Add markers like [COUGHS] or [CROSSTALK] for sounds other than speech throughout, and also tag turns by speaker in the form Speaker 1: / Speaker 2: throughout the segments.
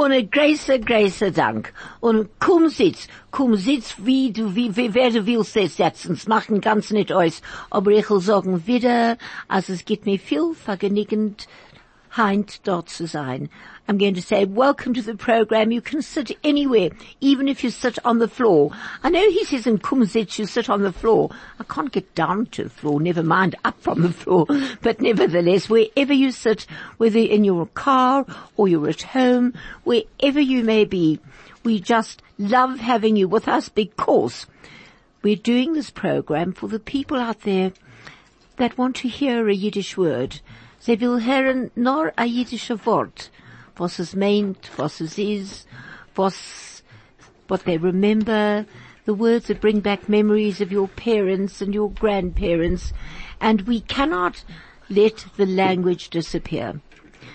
Speaker 1: und ein großer, großer Dank. Und komm sitz, komm sitz, wie du, wie, wie, wer du willst es setzen. Es machen ganz nicht aus. Aber ich will sagen wieder, also es gibt mir viel vergnügend, heint dort zu sein. I'm going to say, welcome to the program. You can sit anywhere, even if you sit on the floor. I know he says in Kumsitz you sit on the floor. I can't get down to the floor, never mind up from the [LAUGHS] floor. But nevertheless, wherever you sit, whether in your car or you're at home, wherever you may be, we just love having you with us because we're doing this program for the people out there that want to hear a Yiddish word. Sie will hören nur ein jiddisches Wort, was es meint, was es ist, was, what they remember, the words that bring back memories of your parents and your grandparents, and we cannot let the language disappear.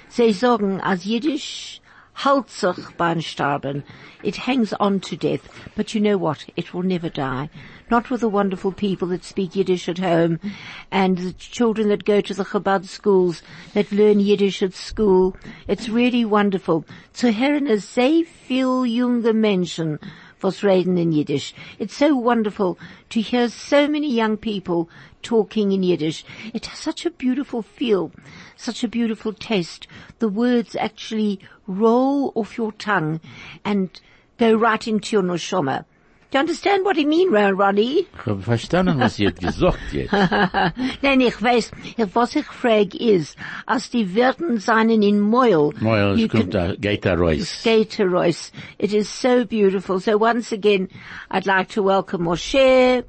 Speaker 1: Sie sagen, als Yiddish hält sich beim Sterben. It hangs on to death. But you know what? It will never die. Not with the wonderful people that speak Yiddish at home and the children that go to the Chabad schools that learn Yiddish at school. It's really wonderful. Zu hören es sehr viel junge Menschen was reden in Yiddish. It's so wonderful to hear so many young people talking in Yiddish. It has such a beautiful feel, such a beautiful taste. The words actually roll off your tongue and go right into your neshama. Do you understand what I mean, Ronnie?
Speaker 2: Ich habe verstanden, was ihr gesagt
Speaker 1: [LAUGHS]
Speaker 2: jetzt.
Speaker 1: Nein, ich weiß, was ich frage ist, als die Wirten seinen in Meul.
Speaker 2: Moja,
Speaker 1: you
Speaker 2: es kommt
Speaker 1: can-
Speaker 2: da, geht da raus.
Speaker 1: Skater Royce. It is so beautiful. So once again, I'd like to welcome Moshe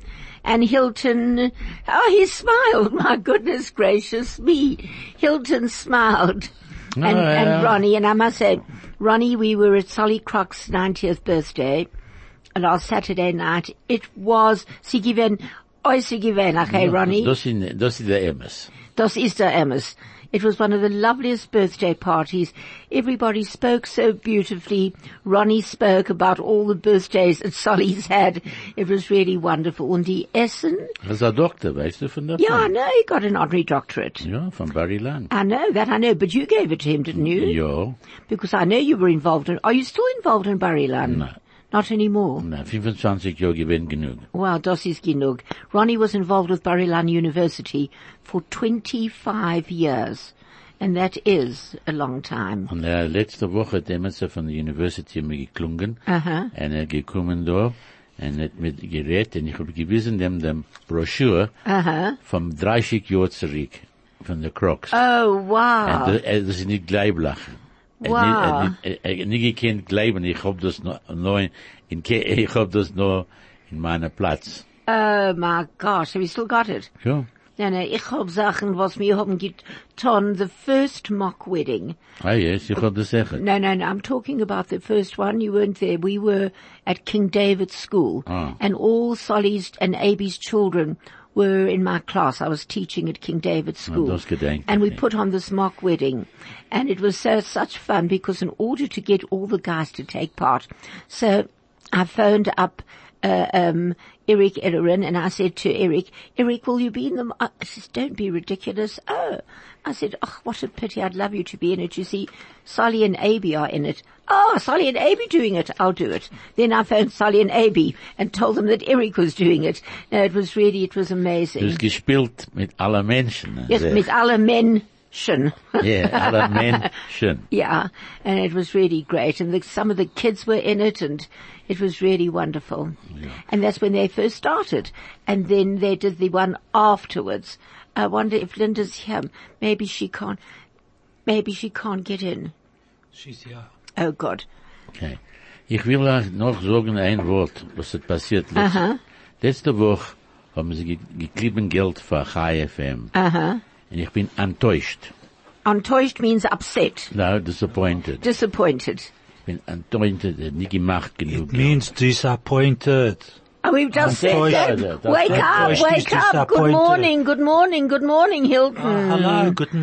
Speaker 1: and Hilton. Oh, he smiled. [LAUGHS] My goodness gracious me. Hilton smiled. And,
Speaker 2: yeah.
Speaker 1: and Ronnie, and I must say, Ronnie, we were at Solly Croc's 90th birthday last Saturday night. It was, sie gewinnen, oh, sie gewinnen, okay, Ronnie?
Speaker 2: Das sind, das sind der Emmes.
Speaker 1: Das ist der Emmes. It was one of the loveliest birthday parties. Everybody spoke so beautifully. Ronnie spoke about all the birthdays that Solly's had. It was really wonderful. Und die Essen?
Speaker 2: Das ist der Doktor, weißt du, von der
Speaker 1: Yeah, I
Speaker 2: Frau.
Speaker 1: know he got an honorary doctorate.
Speaker 2: Ja, von Barry Land.
Speaker 1: I know that, I know. But you gave it to him, didn't you?
Speaker 2: Ja,
Speaker 1: Because I know you were involved in, are you still involved in Barilan?
Speaker 2: No.
Speaker 1: Not anymore.
Speaker 2: na, 25 Jahre gewinnt genug.
Speaker 1: Wow, das ist genug. Ronnie was involved with Barilan University for 25 years. And that is a long time.
Speaker 2: Und äh, letzte Woche hat Emmes von der University mir geklungen.
Speaker 1: Aha.
Speaker 2: Und er gekommen da. Und hat mit gerät. Und ich habe gewissen dem, dem Broschüre
Speaker 1: Aha.
Speaker 2: vom 30 Jahr zurück. Von der Crocs.
Speaker 1: Oh, wow.
Speaker 2: Und das, äh, das ist nicht Er gleiblich.
Speaker 1: Wow.
Speaker 2: Nie er, gekannt gleiben, ich hab das noch, noch in, in, ke- ich hab das noch in meinem Platz.
Speaker 1: oh my gosh, have you still got it?
Speaker 2: Ja.
Speaker 1: No, no, ich hab Sachen, was mir haben getan, the first mock wedding.
Speaker 2: Ah, yes, ich hab das sicher.
Speaker 1: No, no, no, I'm talking about the first one. You weren't there. We were at King David's school
Speaker 2: Ah.
Speaker 1: and all Solly's and Abby's children were in my class. I was teaching at King David's school.
Speaker 2: das Ah, gedenkt
Speaker 1: and we
Speaker 2: ich.
Speaker 1: put on this mock wedding and it was so, such fun because in order to get all the guys to take part, so I phoned up uh, um, Eric Ellerin and I said to Eric, Eric, will you be in the, mo- he says, don't be ridiculous. Oh, I said, oh, what a pity. I'd love you to be in it. You see, Sally and Abby are in it. Oh, Sally and Abby doing it. I'll do it. Then I phoned Sally and Abby and told them that Eric was doing it. No, it was really, it was
Speaker 2: Du
Speaker 1: amazing.
Speaker 2: hast gespielt mit allen Menschen.
Speaker 1: Yes, mit alle Menschen. [LAUGHS]
Speaker 2: Ja, alle Menschen.
Speaker 1: Yeah, and it was really great. And the, some of the kids were in it, and it was really wonderful. And that's when they first started. And then they did the one afterwards. I wonder if Linda's here. Maybe she can't. Maybe she can't get in.
Speaker 3: She's here.
Speaker 1: Oh God.
Speaker 2: Okay. Ich will auch noch sagen ein Wort, was hat passiert. Letzte, letzte Woche haben sie ge geklieben Geld für HFM.
Speaker 1: Aha.
Speaker 2: Und ich bin enttäuscht.
Speaker 1: Enttäuscht means upset,
Speaker 2: No, disappointed.
Speaker 1: disappointed.
Speaker 2: bin antointed, hat nicht gemacht genug.
Speaker 3: It means disappointed.
Speaker 1: And Oh, we've just said
Speaker 3: Enttäuscht.
Speaker 1: that.
Speaker 2: Yeah,
Speaker 1: Wake up,
Speaker 3: that's-
Speaker 1: wake up. Good
Speaker 3: disappointed. Uh,
Speaker 1: morning, good morning, good morning, Hilton.
Speaker 3: Hello, guten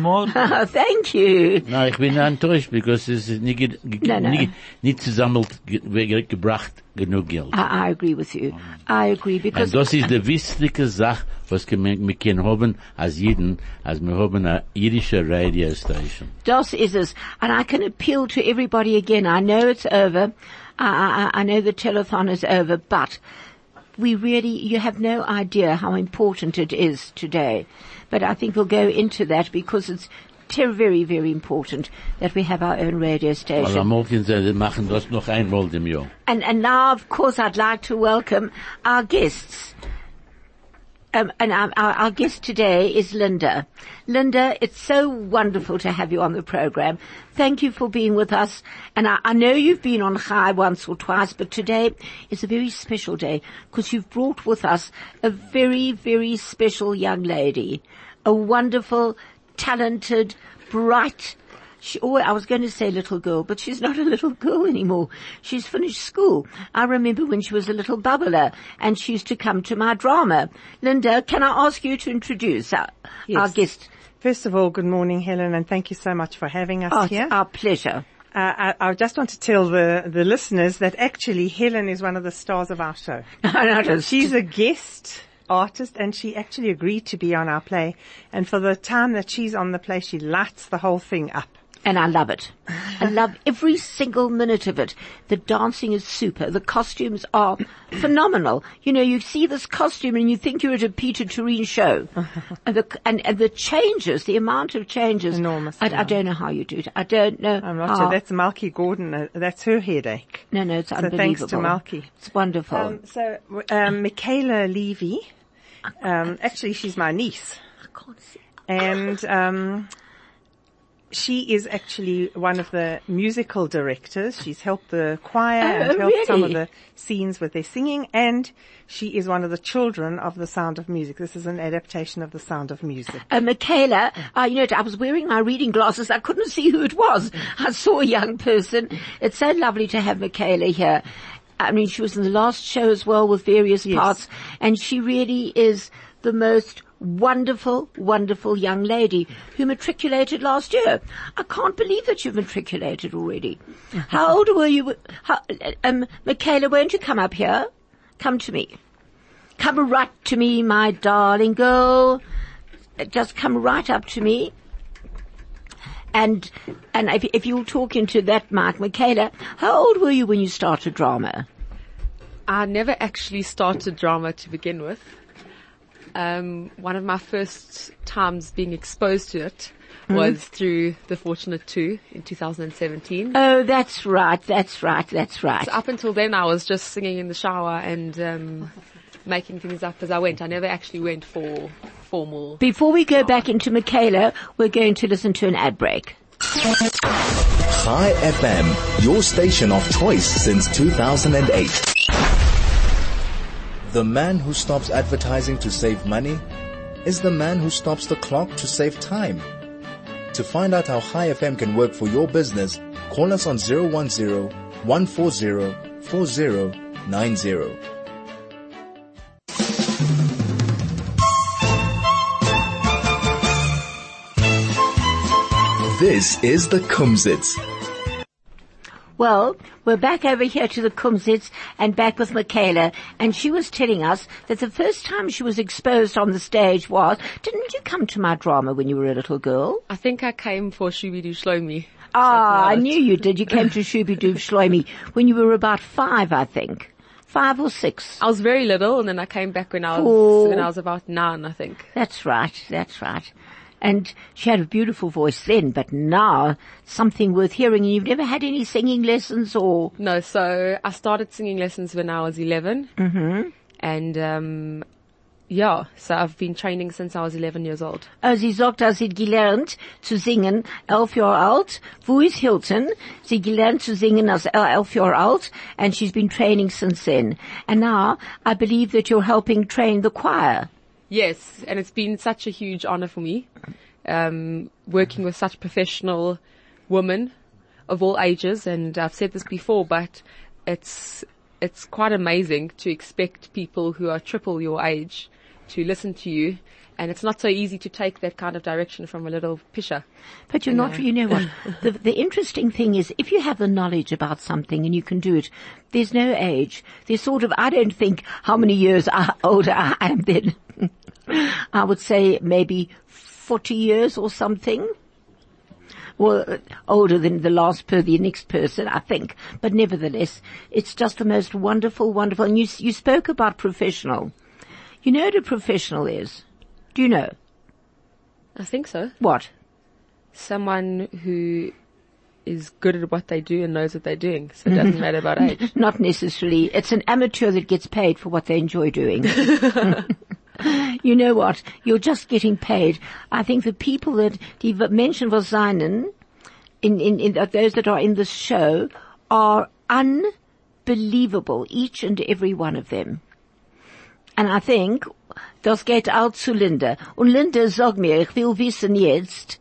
Speaker 1: [LAUGHS]
Speaker 3: Morgen.
Speaker 1: Thank you.
Speaker 2: Na, ich bin enttäuscht, because es ist nicht, ge- ge-
Speaker 1: Nein, nein.
Speaker 2: nicht, nicht zusammelt, ge- ge- gebracht genug Geld.
Speaker 4: Ah,
Speaker 1: I, I agree with you. I agree because
Speaker 2: Und das ist die wichtigste Sache, was wir wir können haben als jeden, als wir haben eine irische Radiostation.
Speaker 1: DOS is us. And I can appeal to everybody again. I know it's over. I, I, I know the telethon is over, but we really, you have no idea how important it is today. But I think we'll go into that because it's ter- very, very important that we have our own radio
Speaker 2: Also
Speaker 1: station.
Speaker 2: einmal können sie machen das noch einmal im Jahr.
Speaker 1: And, and now, of course, I'd like to welcome our guests. Um, and our, our, our guest today is Linda. Linda, it's so wonderful to have you on the program. Thank you for being with us. And I, I know you've been on high once or twice, but today is a very special day because you've brought with us a very, very special young lady, a wonderful, talented, bright, she, oh, I was going to say little girl, but she's not a little girl anymore. She's finished school. I remember when she was a little bubbler and she used to come to my drama. Linda, can I ask you to introduce our, our
Speaker 4: Yes.
Speaker 1: guest?
Speaker 4: First of all, good morning, Helen, and thank you so much for having us
Speaker 1: Oh,
Speaker 4: here.
Speaker 1: it's our pleasure. [LAUGHS]
Speaker 4: Uh, I, I just want to tell the, the listeners that actually Helen is one of the stars of our show.
Speaker 1: I don't-
Speaker 4: She's a guest artist and she actually agreed to be on our play. And for the time that she's on the play, she lights the whole thing up.
Speaker 1: and I love it. I love every single minute of it. The dancing is super. The costumes are phenomenal. You know, you see this costume and you think you're at a Peter Turin
Speaker 4: [LAUGHS]
Speaker 1: show. and, the, and, and the changes, the amount of changes.
Speaker 4: Enormous
Speaker 1: I, I
Speaker 4: amount.
Speaker 1: don't know how you do it. I don't know.
Speaker 4: I'm not
Speaker 1: how-
Speaker 4: sure. That's Malky Gordon. Uh, that's her headache.
Speaker 1: No, no, it's
Speaker 4: So
Speaker 1: unbelievable.
Speaker 4: thanks to Malky.
Speaker 1: It's wonderful.
Speaker 4: Um, so, w- um, Michaela Levy, um, actually she's my niece.
Speaker 1: I can't see.
Speaker 4: and um, she is actually one of the musical directors. She's helped the choir and
Speaker 1: Oh,
Speaker 4: helped some of
Speaker 1: really?
Speaker 4: the scenes with their singing, and she is one of the children of The Sound of Music. This is an adaptation of The Sound of Music.
Speaker 1: Uh, Michaela, uh, you know, I was wearing my reading glasses. I couldn't see who it was. I saw a young person. It's so lovely to have Michaela here. I mean, she was in the last show as well with various parts and she really is the most wonderful, wonderful young lady who matriculated last year. I can't believe that you've matriculated already. How old were you? How, um, Michaela, won't you come up here? Come to me. Come right to me, my darling girl just come right up to me. And, and if, if you'll talk into that, Mark Michaela, how old were you when you started drama?
Speaker 5: I never actually started drama to begin with. Um, one of my first times being exposed to it was through The Fortunate Two in 2017.
Speaker 1: Oh, that's right, that's right, that's right.
Speaker 5: Up until then, I was just singing in the shower and um, making things up as I went. I never actually went for formal.
Speaker 1: Before we go back into Michaela, we're going to listen to an ad break.
Speaker 6: Hi FM, your station of choice since 2008. The man who stops advertising to save money is the man who stops the clock to save time. To find out how Hi FM can work for your business, call us on 010-140-4090. This is the Kumsitz.
Speaker 1: Well, we're back over here to the Kumsitz and back with Michaela, and she was telling us that the first time she was exposed on the stage was, didn't you come to my drama when you were a little girl?
Speaker 5: I think I came for Shubidu Shlomi.
Speaker 1: Ah, I
Speaker 5: Chocolate.
Speaker 1: knew you did. You came to Shubidoob Shloimi when you were about five, I think. Five or six.
Speaker 5: I was very little, and then I came back when I was
Speaker 1: Oh.
Speaker 5: when I was about nine, I think.
Speaker 1: That's right, that's right. And she had a beautiful voice then, but now something worth hearing. And you've never had any singing lessons or,
Speaker 5: No, so I started singing lessons when I was 11. Mm-hmm. And, um, yeah, so I've been training since I was 11 years old.
Speaker 1: oh, sie sagt, dass sie gelernt zu singen, elf Jahre alt. Wo ist Hilton? Sie gelernt zu singen als el- elf Jahre alt, and she's been training since then. And now I believe that you're helping train the choir.
Speaker 5: Yes, and it's been such a huge honor for me, um, working with such professional women. of all ages, and I've said this before, but it's it's quite amazing to expect people who are triple your age to listen to you, and it's not so easy to take that kind of direction from a little pisher.
Speaker 1: But you're not, you know what? the, the interesting thing is if you have the knowledge about something and you can do it, there's no age. There's sort of, I don't think how many years [LAUGHS] I, older I am than, I would say maybe 40 years or something. Well, uh, older than the last per the next person, I think. But nevertheless, it's just the most wonderful, wonderful. And you, s- you spoke about professional. You know what a professional is? Do you know?
Speaker 5: I think so.
Speaker 1: What?
Speaker 5: Someone who is good at what they do and knows what they're doing, so it
Speaker 1: [LAUGHS]
Speaker 5: doesn't matter about age.
Speaker 1: Not necessarily. It's an amateur that gets paid for what they enjoy doing. [LAUGHS] you know what? You're just getting paid. I think the people that die Menschen was seinen, in, in, in uh, those that are in this show, are unbelievable. Each and every one of them. And I think das geht auch zu Linda. Und Linda, sag mir, ich will wissen jetzt.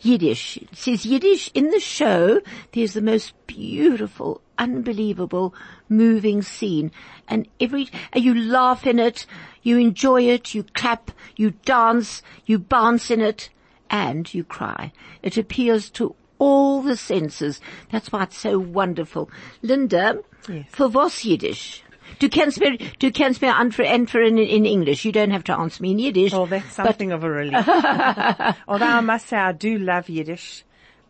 Speaker 1: Yiddish. It says Yiddish in the show. There's the most beautiful, unbelievable, moving scene, and every and you laugh in it, you enjoy it, you clap, you dance, you bounce in it, and you cry. It appeals to all the senses. That's why it's so wonderful. Linda, for was Yiddish? Du kannst mir, du kannst mir antw- antworten in, in English. You don't have to answer me in Yiddish.
Speaker 4: Well, that's
Speaker 1: but
Speaker 4: something of
Speaker 1: [LAUGHS]
Speaker 4: a relief. Although I must say I do love Yiddish.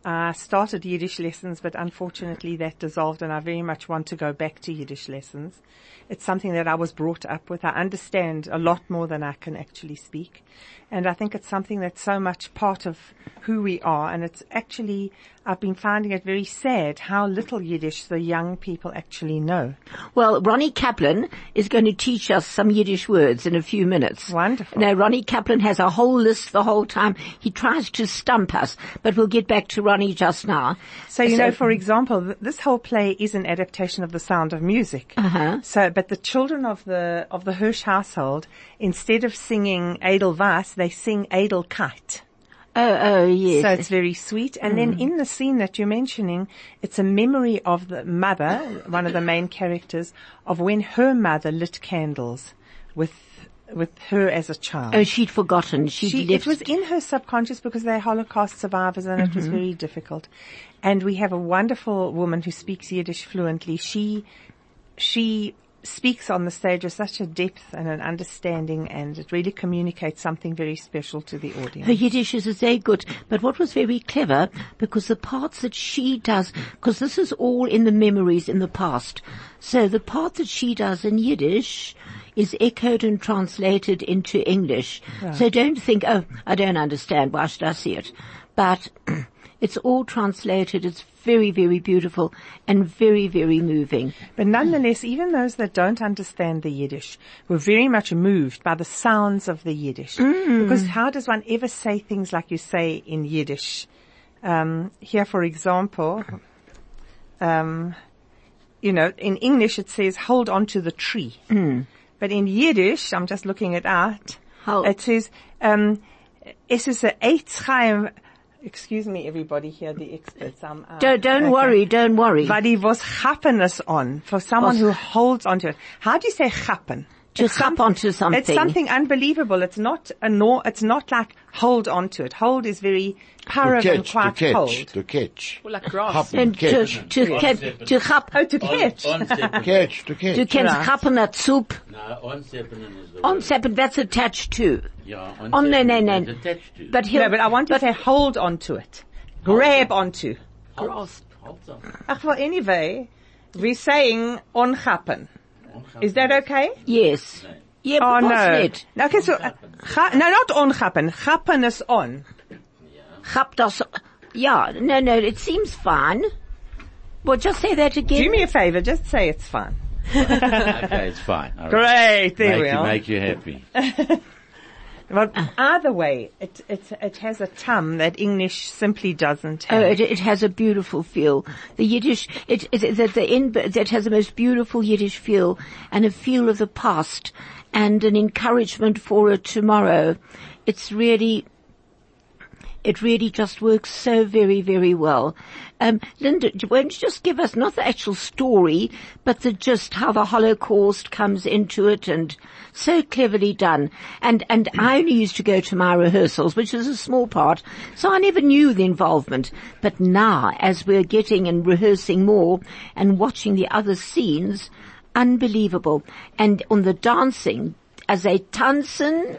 Speaker 4: I started Yiddish lessons, but unfortunately that dissolved and I very much want to go back to Yiddish lessons. It's something that I was brought up with. I understand a lot more than I can actually speak. And I think it's something that's so much part of who we are. And it's actually, I've been finding it very sad how little Yiddish the young people actually know.
Speaker 1: Well, Ronnie Kaplan is going to teach us some Yiddish words in a few minutes.
Speaker 4: Wonderful.
Speaker 1: Now, Ronnie Kaplan has a whole list the whole time. He tries to stump us, but we'll get back to Ronnie just now.
Speaker 4: So you know, for example, th- this whole play is an adaptation of The Sound of Music. Uh-huh. So, but the children of the of the Hirsch household, instead of singing Edelweiss, they sing Edelkite.
Speaker 1: Oh, oh, yes.
Speaker 4: So it's very sweet. And then in the scene that you're mentioning, it's a memory of the mother, one of the main characters, of when her mother lit candles with with her as a child.
Speaker 1: oh, she'd forgotten. She'd
Speaker 4: She,
Speaker 1: left.
Speaker 4: it was in her subconscious because they're Holocaust survivors and it was very difficult. And we have a wonderful woman who speaks Yiddish fluently. She, she speaks on the stage with such a depth and an understanding and it really communicates something very special to the
Speaker 1: her
Speaker 4: audience.
Speaker 1: Yiddish is very good, but what was very clever, because the parts that she does, because this is all in the memories in the past, so the part that she does in Yiddish is echoed and translated into English. So don't think, oh, I don't understand, why should I see it? But it's all translated, it's very, very beautiful and very, very moving.
Speaker 4: But nonetheless, even those that don't understand the Yiddish were very much moved by the sounds of the Yiddish.
Speaker 1: Mm.
Speaker 4: Because how does one ever say things like you say in Yiddish? Um, here, for example, um, you know, in English it says hold on to the tree.
Speaker 1: Mm.
Speaker 4: But in Yiddish, I'm just looking it out,
Speaker 1: How-
Speaker 4: it says, um, es ist ein Eitzchaim, excuse me everybody here, the experts, I'm out.
Speaker 1: Don't, don't
Speaker 4: Okay.
Speaker 1: worry, don't worry.
Speaker 4: But he was chappen us on for someone
Speaker 1: Was-
Speaker 4: who holds onto it. How do you say chappen?
Speaker 1: To
Speaker 4: It's
Speaker 1: chap
Speaker 4: some-
Speaker 1: onto
Speaker 4: It's
Speaker 1: something.
Speaker 4: something unbelievable. It's not a nor, it's not like hold onto it. Hold is very
Speaker 7: To
Speaker 4: parrot and
Speaker 7: catch, to
Speaker 4: quite
Speaker 7: catch,
Speaker 4: cold.
Speaker 7: to catch.
Speaker 5: Or like grass.
Speaker 7: Happen,
Speaker 1: and to,
Speaker 7: catch.
Speaker 1: to, to, to, hap-
Speaker 4: Oh, to catch.
Speaker 7: Catch,
Speaker 1: to
Speaker 7: to catch.
Speaker 1: can
Speaker 4: Right.
Speaker 1: happen at soup. On separate, that's attached to. On, no, no, no. But he'll,
Speaker 4: No, but I want to say hold onto it. Grab onto.
Speaker 5: Grasp.
Speaker 4: Ach, well, anyway, we're saying on chappen. Is that okay?
Speaker 1: yes. Yeah,
Speaker 4: Oh
Speaker 1: but what's it?
Speaker 4: no. Okay, so, uh, cha- no, not on chappen. Chappen is on.
Speaker 1: Hab das, yeah, no, no, it seems fine. Well, just say that again.
Speaker 4: Do me a favor, just say it's fine.
Speaker 2: Okay, it's fine. All right.
Speaker 4: Great, there
Speaker 2: Make
Speaker 4: we
Speaker 2: you,
Speaker 4: are.
Speaker 2: make you happy.
Speaker 4: But either way, it, it, it has a tum that English simply doesn't
Speaker 1: Oh,
Speaker 4: have.
Speaker 1: it, it has a beautiful feel. The Yiddish, it, it that the in, that has the most beautiful Yiddish feel and a feel of the past and an encouragement for a tomorrow. It's really, It really just works so very, very well. Um, Linda, d- won't you just give us not the actual story, but the just how the Holocaust comes into it and so cleverly done. And, and I only used to go to my rehearsals, which is a small part, so I never knew the involvement. But now, as we're getting and rehearsing more and watching the other scenes, unbelievable. And on the dancing, as a tanzen,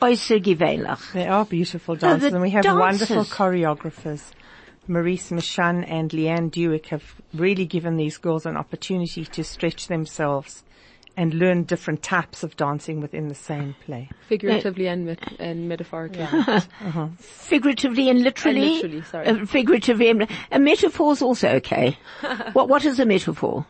Speaker 1: äußergewöhnlich.
Speaker 4: They are beautiful dancers,
Speaker 1: Oh, the
Speaker 4: and we have wonderful
Speaker 1: dancers.
Speaker 4: choreographers. Maurice Michan and Leanne Dewick have really given these girls an opportunity to stretch themselves and learn different types of dancing within the same play.
Speaker 5: figuratively and, met- and metaphorically.
Speaker 1: Figuratively and literally.
Speaker 5: And literally, sorry.
Speaker 1: Uh, figuratively and, a metaphor's also [LAUGHS] okay. what, what is a metaphor?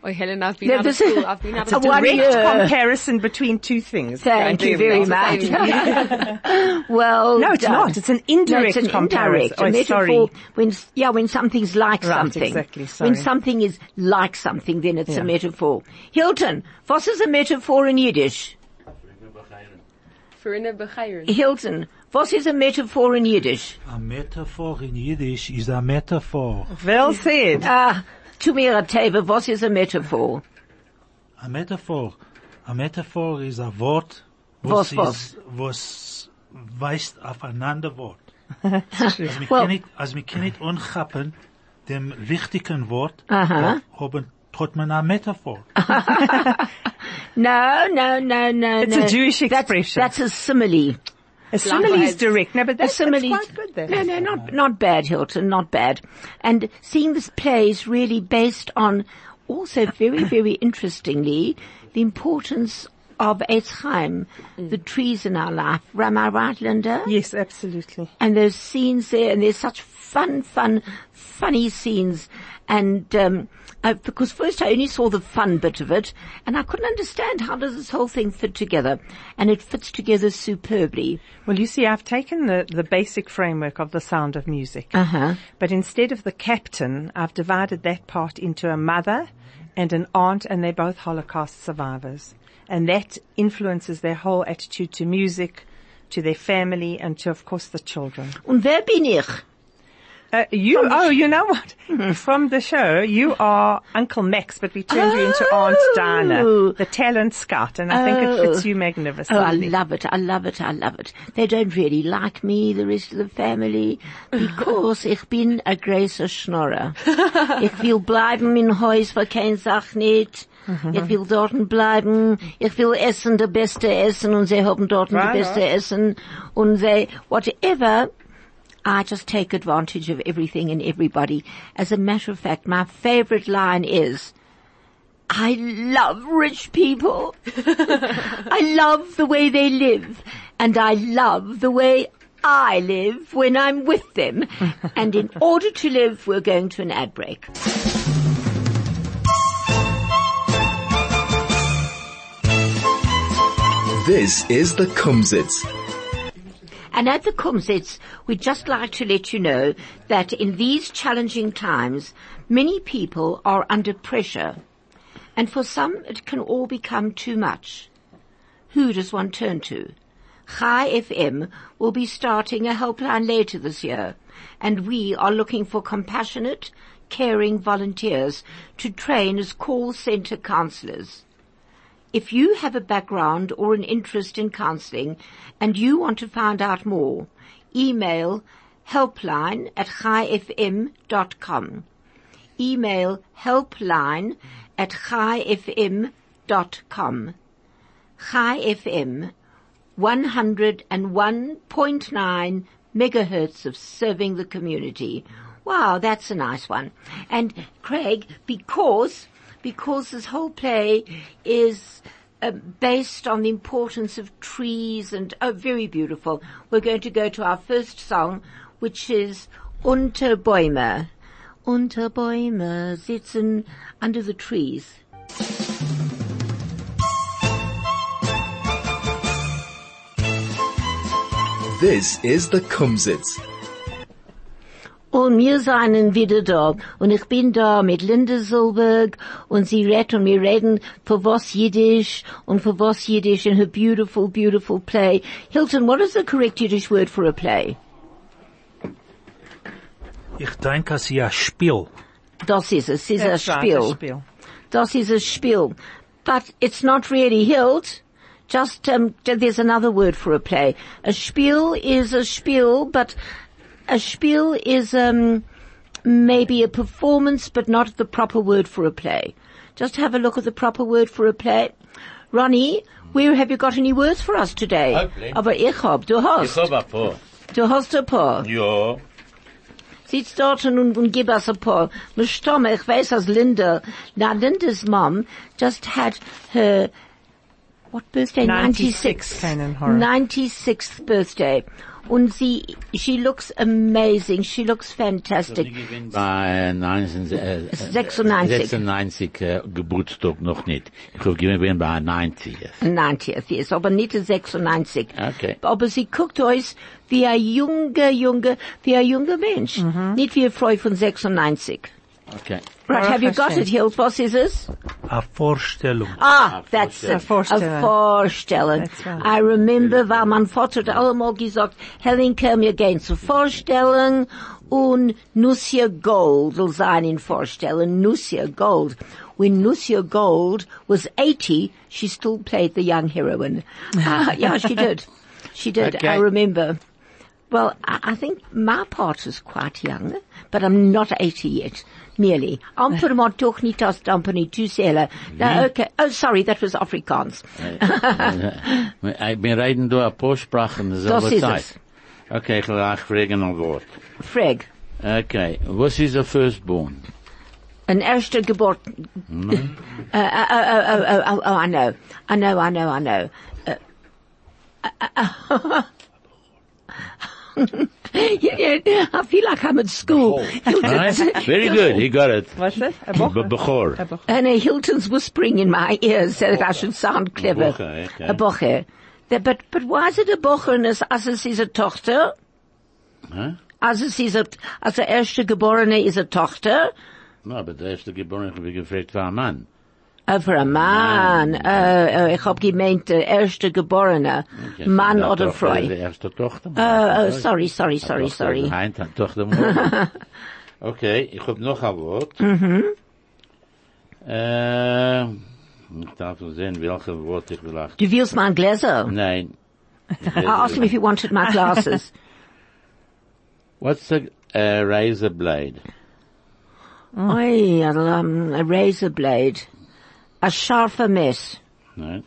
Speaker 5: Oh, Helen,
Speaker 1: [LAUGHS]
Speaker 5: I've been
Speaker 1: No,
Speaker 5: out of
Speaker 1: this is-
Speaker 5: school. I've been out
Speaker 1: it's a
Speaker 5: of school.
Speaker 1: one-
Speaker 4: Direct
Speaker 1: Yeah.
Speaker 4: comparison between two things.
Speaker 1: Thank you very much. [LAUGHS] well,
Speaker 4: No, it's
Speaker 1: done.
Speaker 4: not. It's an indirect
Speaker 1: no, it's an
Speaker 4: comparison.
Speaker 1: Indirect.
Speaker 4: Oh,
Speaker 1: a
Speaker 4: sorry.
Speaker 1: metaphor when s- yeah, when something's like
Speaker 4: Right,
Speaker 1: something.
Speaker 4: exactly, sorry.
Speaker 1: When something is like something, then it's
Speaker 4: Yeah.
Speaker 1: a metaphor. Hilton, was is a metaphor in Yiddish?
Speaker 5: Verena Begeirn.
Speaker 1: Hilton, was is a metaphor in Yiddish?
Speaker 3: A metaphor in Yiddish is a metaphor.
Speaker 4: Well said.
Speaker 1: Ah, tu mir a table, was is a metaphor?
Speaker 3: A metaphor. A metaphor is a Wort,
Speaker 1: Was,
Speaker 3: was,
Speaker 1: was.
Speaker 3: is, was weist auf ein ander
Speaker 1: [LAUGHS]
Speaker 3: Wort. Als wir
Speaker 1: Well-
Speaker 3: well, als wir nicht unchappen, dem richtigen Wort,
Speaker 1: Aha.
Speaker 3: haben, hat man a Metaphor.
Speaker 1: No, no, no, no,
Speaker 4: It's
Speaker 1: no.
Speaker 4: a Jewish
Speaker 1: That's-
Speaker 4: expression.
Speaker 1: That's, a simile.
Speaker 4: a simile
Speaker 5: likewise.
Speaker 4: is direct. No, but
Speaker 1: A
Speaker 4: that's, that's
Speaker 1: simile.
Speaker 4: quite good then.
Speaker 1: No, no, not, not bad, Hilton, not bad. And seeing this play is really based on, also [COUGHS] very, very interestingly, the importance of Eitz Chaim, the trees in our life. Am I right, Linda?
Speaker 4: Yes, absolutely.
Speaker 1: and there's scenes there, and there's such fun, fun, funny scenes. And um, I, because first I only saw the fun bit of it, and I couldn't understand how does this whole thing fit together, and it fits together superbly.
Speaker 4: Well, you see, I've taken the, the basic framework of the sound of music.
Speaker 1: Uh huh.
Speaker 4: But instead of the captain, I've divided that part into a mother and an aunt, and they're both Holocaust survivors. And that influences their whole attitude to music, to their family, and to, of course, the children.
Speaker 1: Und wer bin ich?
Speaker 4: Uh, you, oh, you know what?
Speaker 1: Mm-hmm.
Speaker 4: From the show, you are Uncle Max, but we turned you into Aunt
Speaker 1: Oh.
Speaker 4: Dinah, the talent scout, and I think it
Speaker 1: Oh.
Speaker 4: fits you
Speaker 1: Oh, I
Speaker 4: magnificently.
Speaker 1: love it. I love it. I love it. They don't really like me, the rest of the family, because ich bin a großer Schnorrer. ich will bleiben in Haus, wo kein Sach nicht. Ich will dorten bleiben. Ich will essen, der beste Essen, und sie haben dorten
Speaker 4: Right,
Speaker 1: die beste Essen. Und they, whatever, I just take advantage of everything and everybody. As a matter of fact, my favorite line is, I love rich people. I love the way they live and I love the way I live when I'm with them. and in order to live, we're going to an ad break.
Speaker 6: This is the Kumsitz.
Speaker 1: And at the Kumsitz, we'd just like to let you know that in these challenging times, many people are under pressure. And for some, it can all become too much. Who does one turn to? Chai FM will be starting a helpline later this year, and we are looking for compassionate, caring volunteers to train as call center counselors. If you have a background or an interest in counseling and you want to find out more, email helpline at highfm.com. Email helpline at highfm.com. High FM 101.9 megahertz of serving the community. Wow, that's a nice one. And Craig, because, because this whole play is uh, based on the importance of trees and, oh, very beautiful. We're going to go to our first song, which is Unter Bäume. Unter Bäume sitzen under the trees.
Speaker 6: This is the Kumsitz.
Speaker 1: Und wir seien wieder da. Und ich bin da mit Linda Silberg und sie redet und wir reden für was Yiddish und für was Yiddish in her beautiful, beautiful play. Hilton, what is the correct Yiddish word for a play?
Speaker 3: Ich denke, es ist ein Spiel.
Speaker 1: Das is es. Es ist ein
Speaker 4: That's right, a
Speaker 1: Spiel.
Speaker 4: spiel.
Speaker 1: Das is a Spiel. But it's not really hilt. Just, um, t- there's another word for a play. A Spiel is a Spiel, but a Spiel is, um, maybe a performance, but not the proper word for a play. Just have a look at the proper word for a play. Ronnie, where have you got any words for us today?
Speaker 2: Hopefully.
Speaker 1: Aber ich hab, du hast.
Speaker 2: Ich hab ein paar.
Speaker 1: Du hast ein paar.
Speaker 2: Ja.
Speaker 1: Sitz dort und, und, und gib also us ein paar. Mir stomme, ich weiß, als Linda, now Linda's mom just had her, what birthday?
Speaker 4: 96th.
Speaker 1: 96th.
Speaker 4: Keinen Horror.
Speaker 1: 96th birthday. Und sie, she looks amazing, she looks fantastic.
Speaker 2: Ich bin bei 19, äh, äh,
Speaker 1: 96.
Speaker 2: 96 äh, Geburtstag noch nicht. Ich hoffe, ich bin bei 90. jetzt.
Speaker 1: 90th ist, aber nicht 96.
Speaker 2: Okay.
Speaker 1: Aber sie guckt euch wie ein junger, junger, wie ein junger Mensch. Nicht wie eine Frau von 96.
Speaker 2: Okay.
Speaker 1: Right,
Speaker 4: Baruch
Speaker 1: have you got
Speaker 4: Hashem.
Speaker 1: it, Hilt? What is this?
Speaker 3: A Vorstellung.
Speaker 1: Ah, that's it.
Speaker 4: A Vorstellen.
Speaker 1: A Vorstellen.
Speaker 4: That's right.
Speaker 1: I remember, weil mein Vater hat allemal gesagt, Helinka, wir gehen zu Vorstellen und Nussia Gold will sein in Vorstellen. Nussia Gold. When Nussia Gold was 80, she still played the young heroine. Ah, yeah,
Speaker 4: [LAUGHS]
Speaker 1: she did. She did. I
Speaker 2: Okay.
Speaker 1: remember. Well, I, I think my part is quite young, but I'm not 80 yet, nearly.
Speaker 2: Uh.
Speaker 1: Amper maar toch niet als amper niet toezellen. No, okay. Oh, sorry, that was Afrikaans.
Speaker 2: Ich bin reden durch ein paar Sprachen in
Speaker 1: Das
Speaker 2: derselben
Speaker 1: ist
Speaker 2: Zeit.
Speaker 1: es.
Speaker 2: Okay, ich lach fragen ein Wort.
Speaker 1: Freg.
Speaker 2: Okay. Was ist der Firstborn?
Speaker 1: An erste Geburt. [LAUGHS] Uh, oh, oh, oh, oh, oh, oh, I know. I know, I know, I know. Uh, uh, [LAUGHS] you know, I feel like I'm at school. [LAUGHS]
Speaker 2: Right?
Speaker 1: Hilton's,
Speaker 2: Very good. He got it.
Speaker 4: What's it? A
Speaker 2: B-
Speaker 4: bocha?
Speaker 2: Bechor.
Speaker 4: A bocha.
Speaker 1: and a Hilton's whispering in my ear so that I should sound clever.
Speaker 2: boche, okay.
Speaker 1: A boche. The- But, but why is it a boche and as, as es is a Tochter?
Speaker 2: Huh?
Speaker 1: As es is a, as the erste Geborene is a Tochter?
Speaker 2: No, aber der erste Geborene habe ich gefragt war ein Mann.
Speaker 1: Oh, for a man. Oh, oh, ich hab gemeint, der erste Geborene.
Speaker 2: Okay,
Speaker 1: Mann
Speaker 2: der
Speaker 1: oder
Speaker 2: Tochter
Speaker 1: Frau.
Speaker 2: ist Die erste Tochter.
Speaker 1: Oh, oh, sorry, sorry, sorry,
Speaker 2: Tochter ist
Speaker 1: sorry.
Speaker 2: ein Heint, eine
Speaker 1: [LAUGHS]
Speaker 2: Tochter muss. okay, ich habe noch ein Wort.
Speaker 1: Mhm.
Speaker 2: Äh, ich darf nur sehen, welches Wort ich will achten.
Speaker 1: Du willst mein Gläser? [LAUGHS]
Speaker 2: Nein.
Speaker 1: I asked him if he wanted my glasses.
Speaker 2: What's a, a razor blade?
Speaker 1: Oi, um, a razor blade. A scharfer Mess.
Speaker 2: Nein.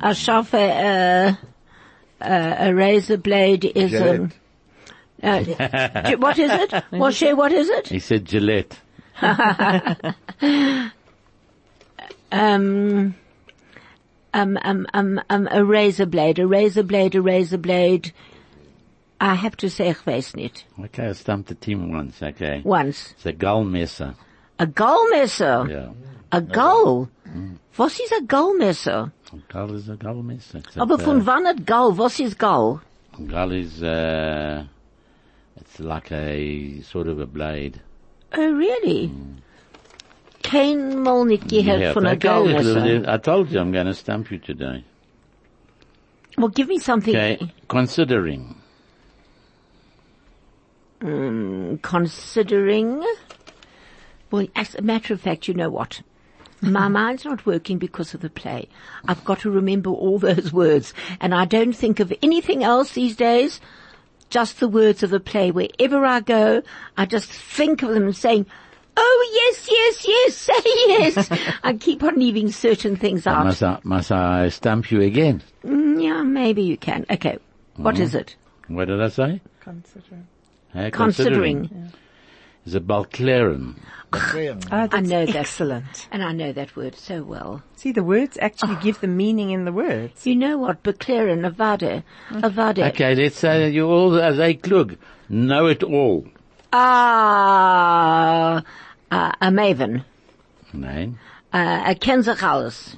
Speaker 1: I shove a, uh, uh, a razor blade is um, uh, j- what is it? What she? What is it?
Speaker 2: He said Gillette.
Speaker 1: Um, um, um, um, um, a razor blade, a razor blade, a razor blade. I have to say, ich weiß nicht.
Speaker 2: Okay, I stumped the team once, okay.
Speaker 1: Once
Speaker 2: It's a gullmesser.
Speaker 1: a goalmesser,
Speaker 2: Yeah. Mm.
Speaker 1: a goal. Was is a goalmesser?
Speaker 2: A gull is a gullmesser. It's a-
Speaker 1: Aber von wann hat goal? Was is goal?
Speaker 2: Gull is, uh, it's like a sort of a blade.
Speaker 1: Oh, really?
Speaker 2: Mm.
Speaker 1: Kein mal nicht
Speaker 2: Yeah,
Speaker 1: gehört von a
Speaker 2: okay,
Speaker 1: goalmesser.
Speaker 2: I told you I'm going to stump you today.
Speaker 1: Well, give me something.
Speaker 2: Okay, considering.
Speaker 1: considering. Well, as a matter of fact, you know what? My mind's not working because of the play. I've got to remember all [LAUGHS] those words, and I don't think of anything else these days. Just the words of the play. Wherever I go, I just think of them, saying, "Oh yes, yes, yes, [LAUGHS] say yes." I keep on leaving certain things out.
Speaker 2: Must I, must I stump you again?
Speaker 1: Mm, yeah, maybe you can. Okay, what is it?
Speaker 2: What did I say?
Speaker 4: Consider.
Speaker 2: Hey,
Speaker 1: Considering.
Speaker 2: It's a Balclaren.
Speaker 4: Ah, that's
Speaker 1: know that.
Speaker 4: excellent. Ah.
Speaker 1: And I know that word so well.
Speaker 4: See, the words actually give the meaning in the words.
Speaker 1: You know what? Beclair and Avada. Avada.
Speaker 2: Okay, let's say you all, as a klug, know it all.
Speaker 1: Ah, uh, a maven.
Speaker 2: Nein,
Speaker 1: Uh, a Kenzachalis.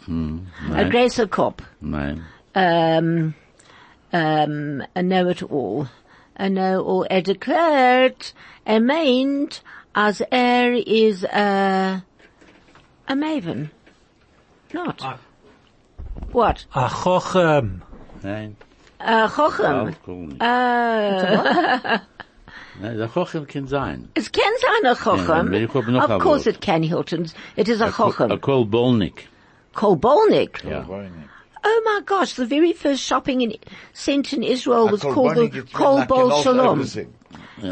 Speaker 1: A Gracer Cop.
Speaker 2: nein.
Speaker 1: Um, um, a know-it-all. A know-all. A declared, a maint, as air is a, a maven. Not.
Speaker 3: Ah.
Speaker 1: What?
Speaker 3: A Chochem.
Speaker 2: Nein.
Speaker 1: A chochem.
Speaker 2: [LAUGHS] Balcony.
Speaker 1: Uh,
Speaker 2: Ne, Der Chochem kann sein.
Speaker 1: Es can sein a Chochem.
Speaker 2: Ja, ich hab noch ein
Speaker 1: of course
Speaker 2: Wort.
Speaker 1: it can, Hilton. It is a
Speaker 2: A
Speaker 1: Chochem.
Speaker 2: Kol Bolnik.
Speaker 1: Kolbolnik.
Speaker 2: Ja.
Speaker 1: Oh my gosh, the very first shopping in, center in Israel was
Speaker 7: Korbanik,
Speaker 1: Oh, called the
Speaker 7: it's been Ah, like a
Speaker 1: Kolbol
Speaker 7: lot
Speaker 1: Shalom.
Speaker 7: everything.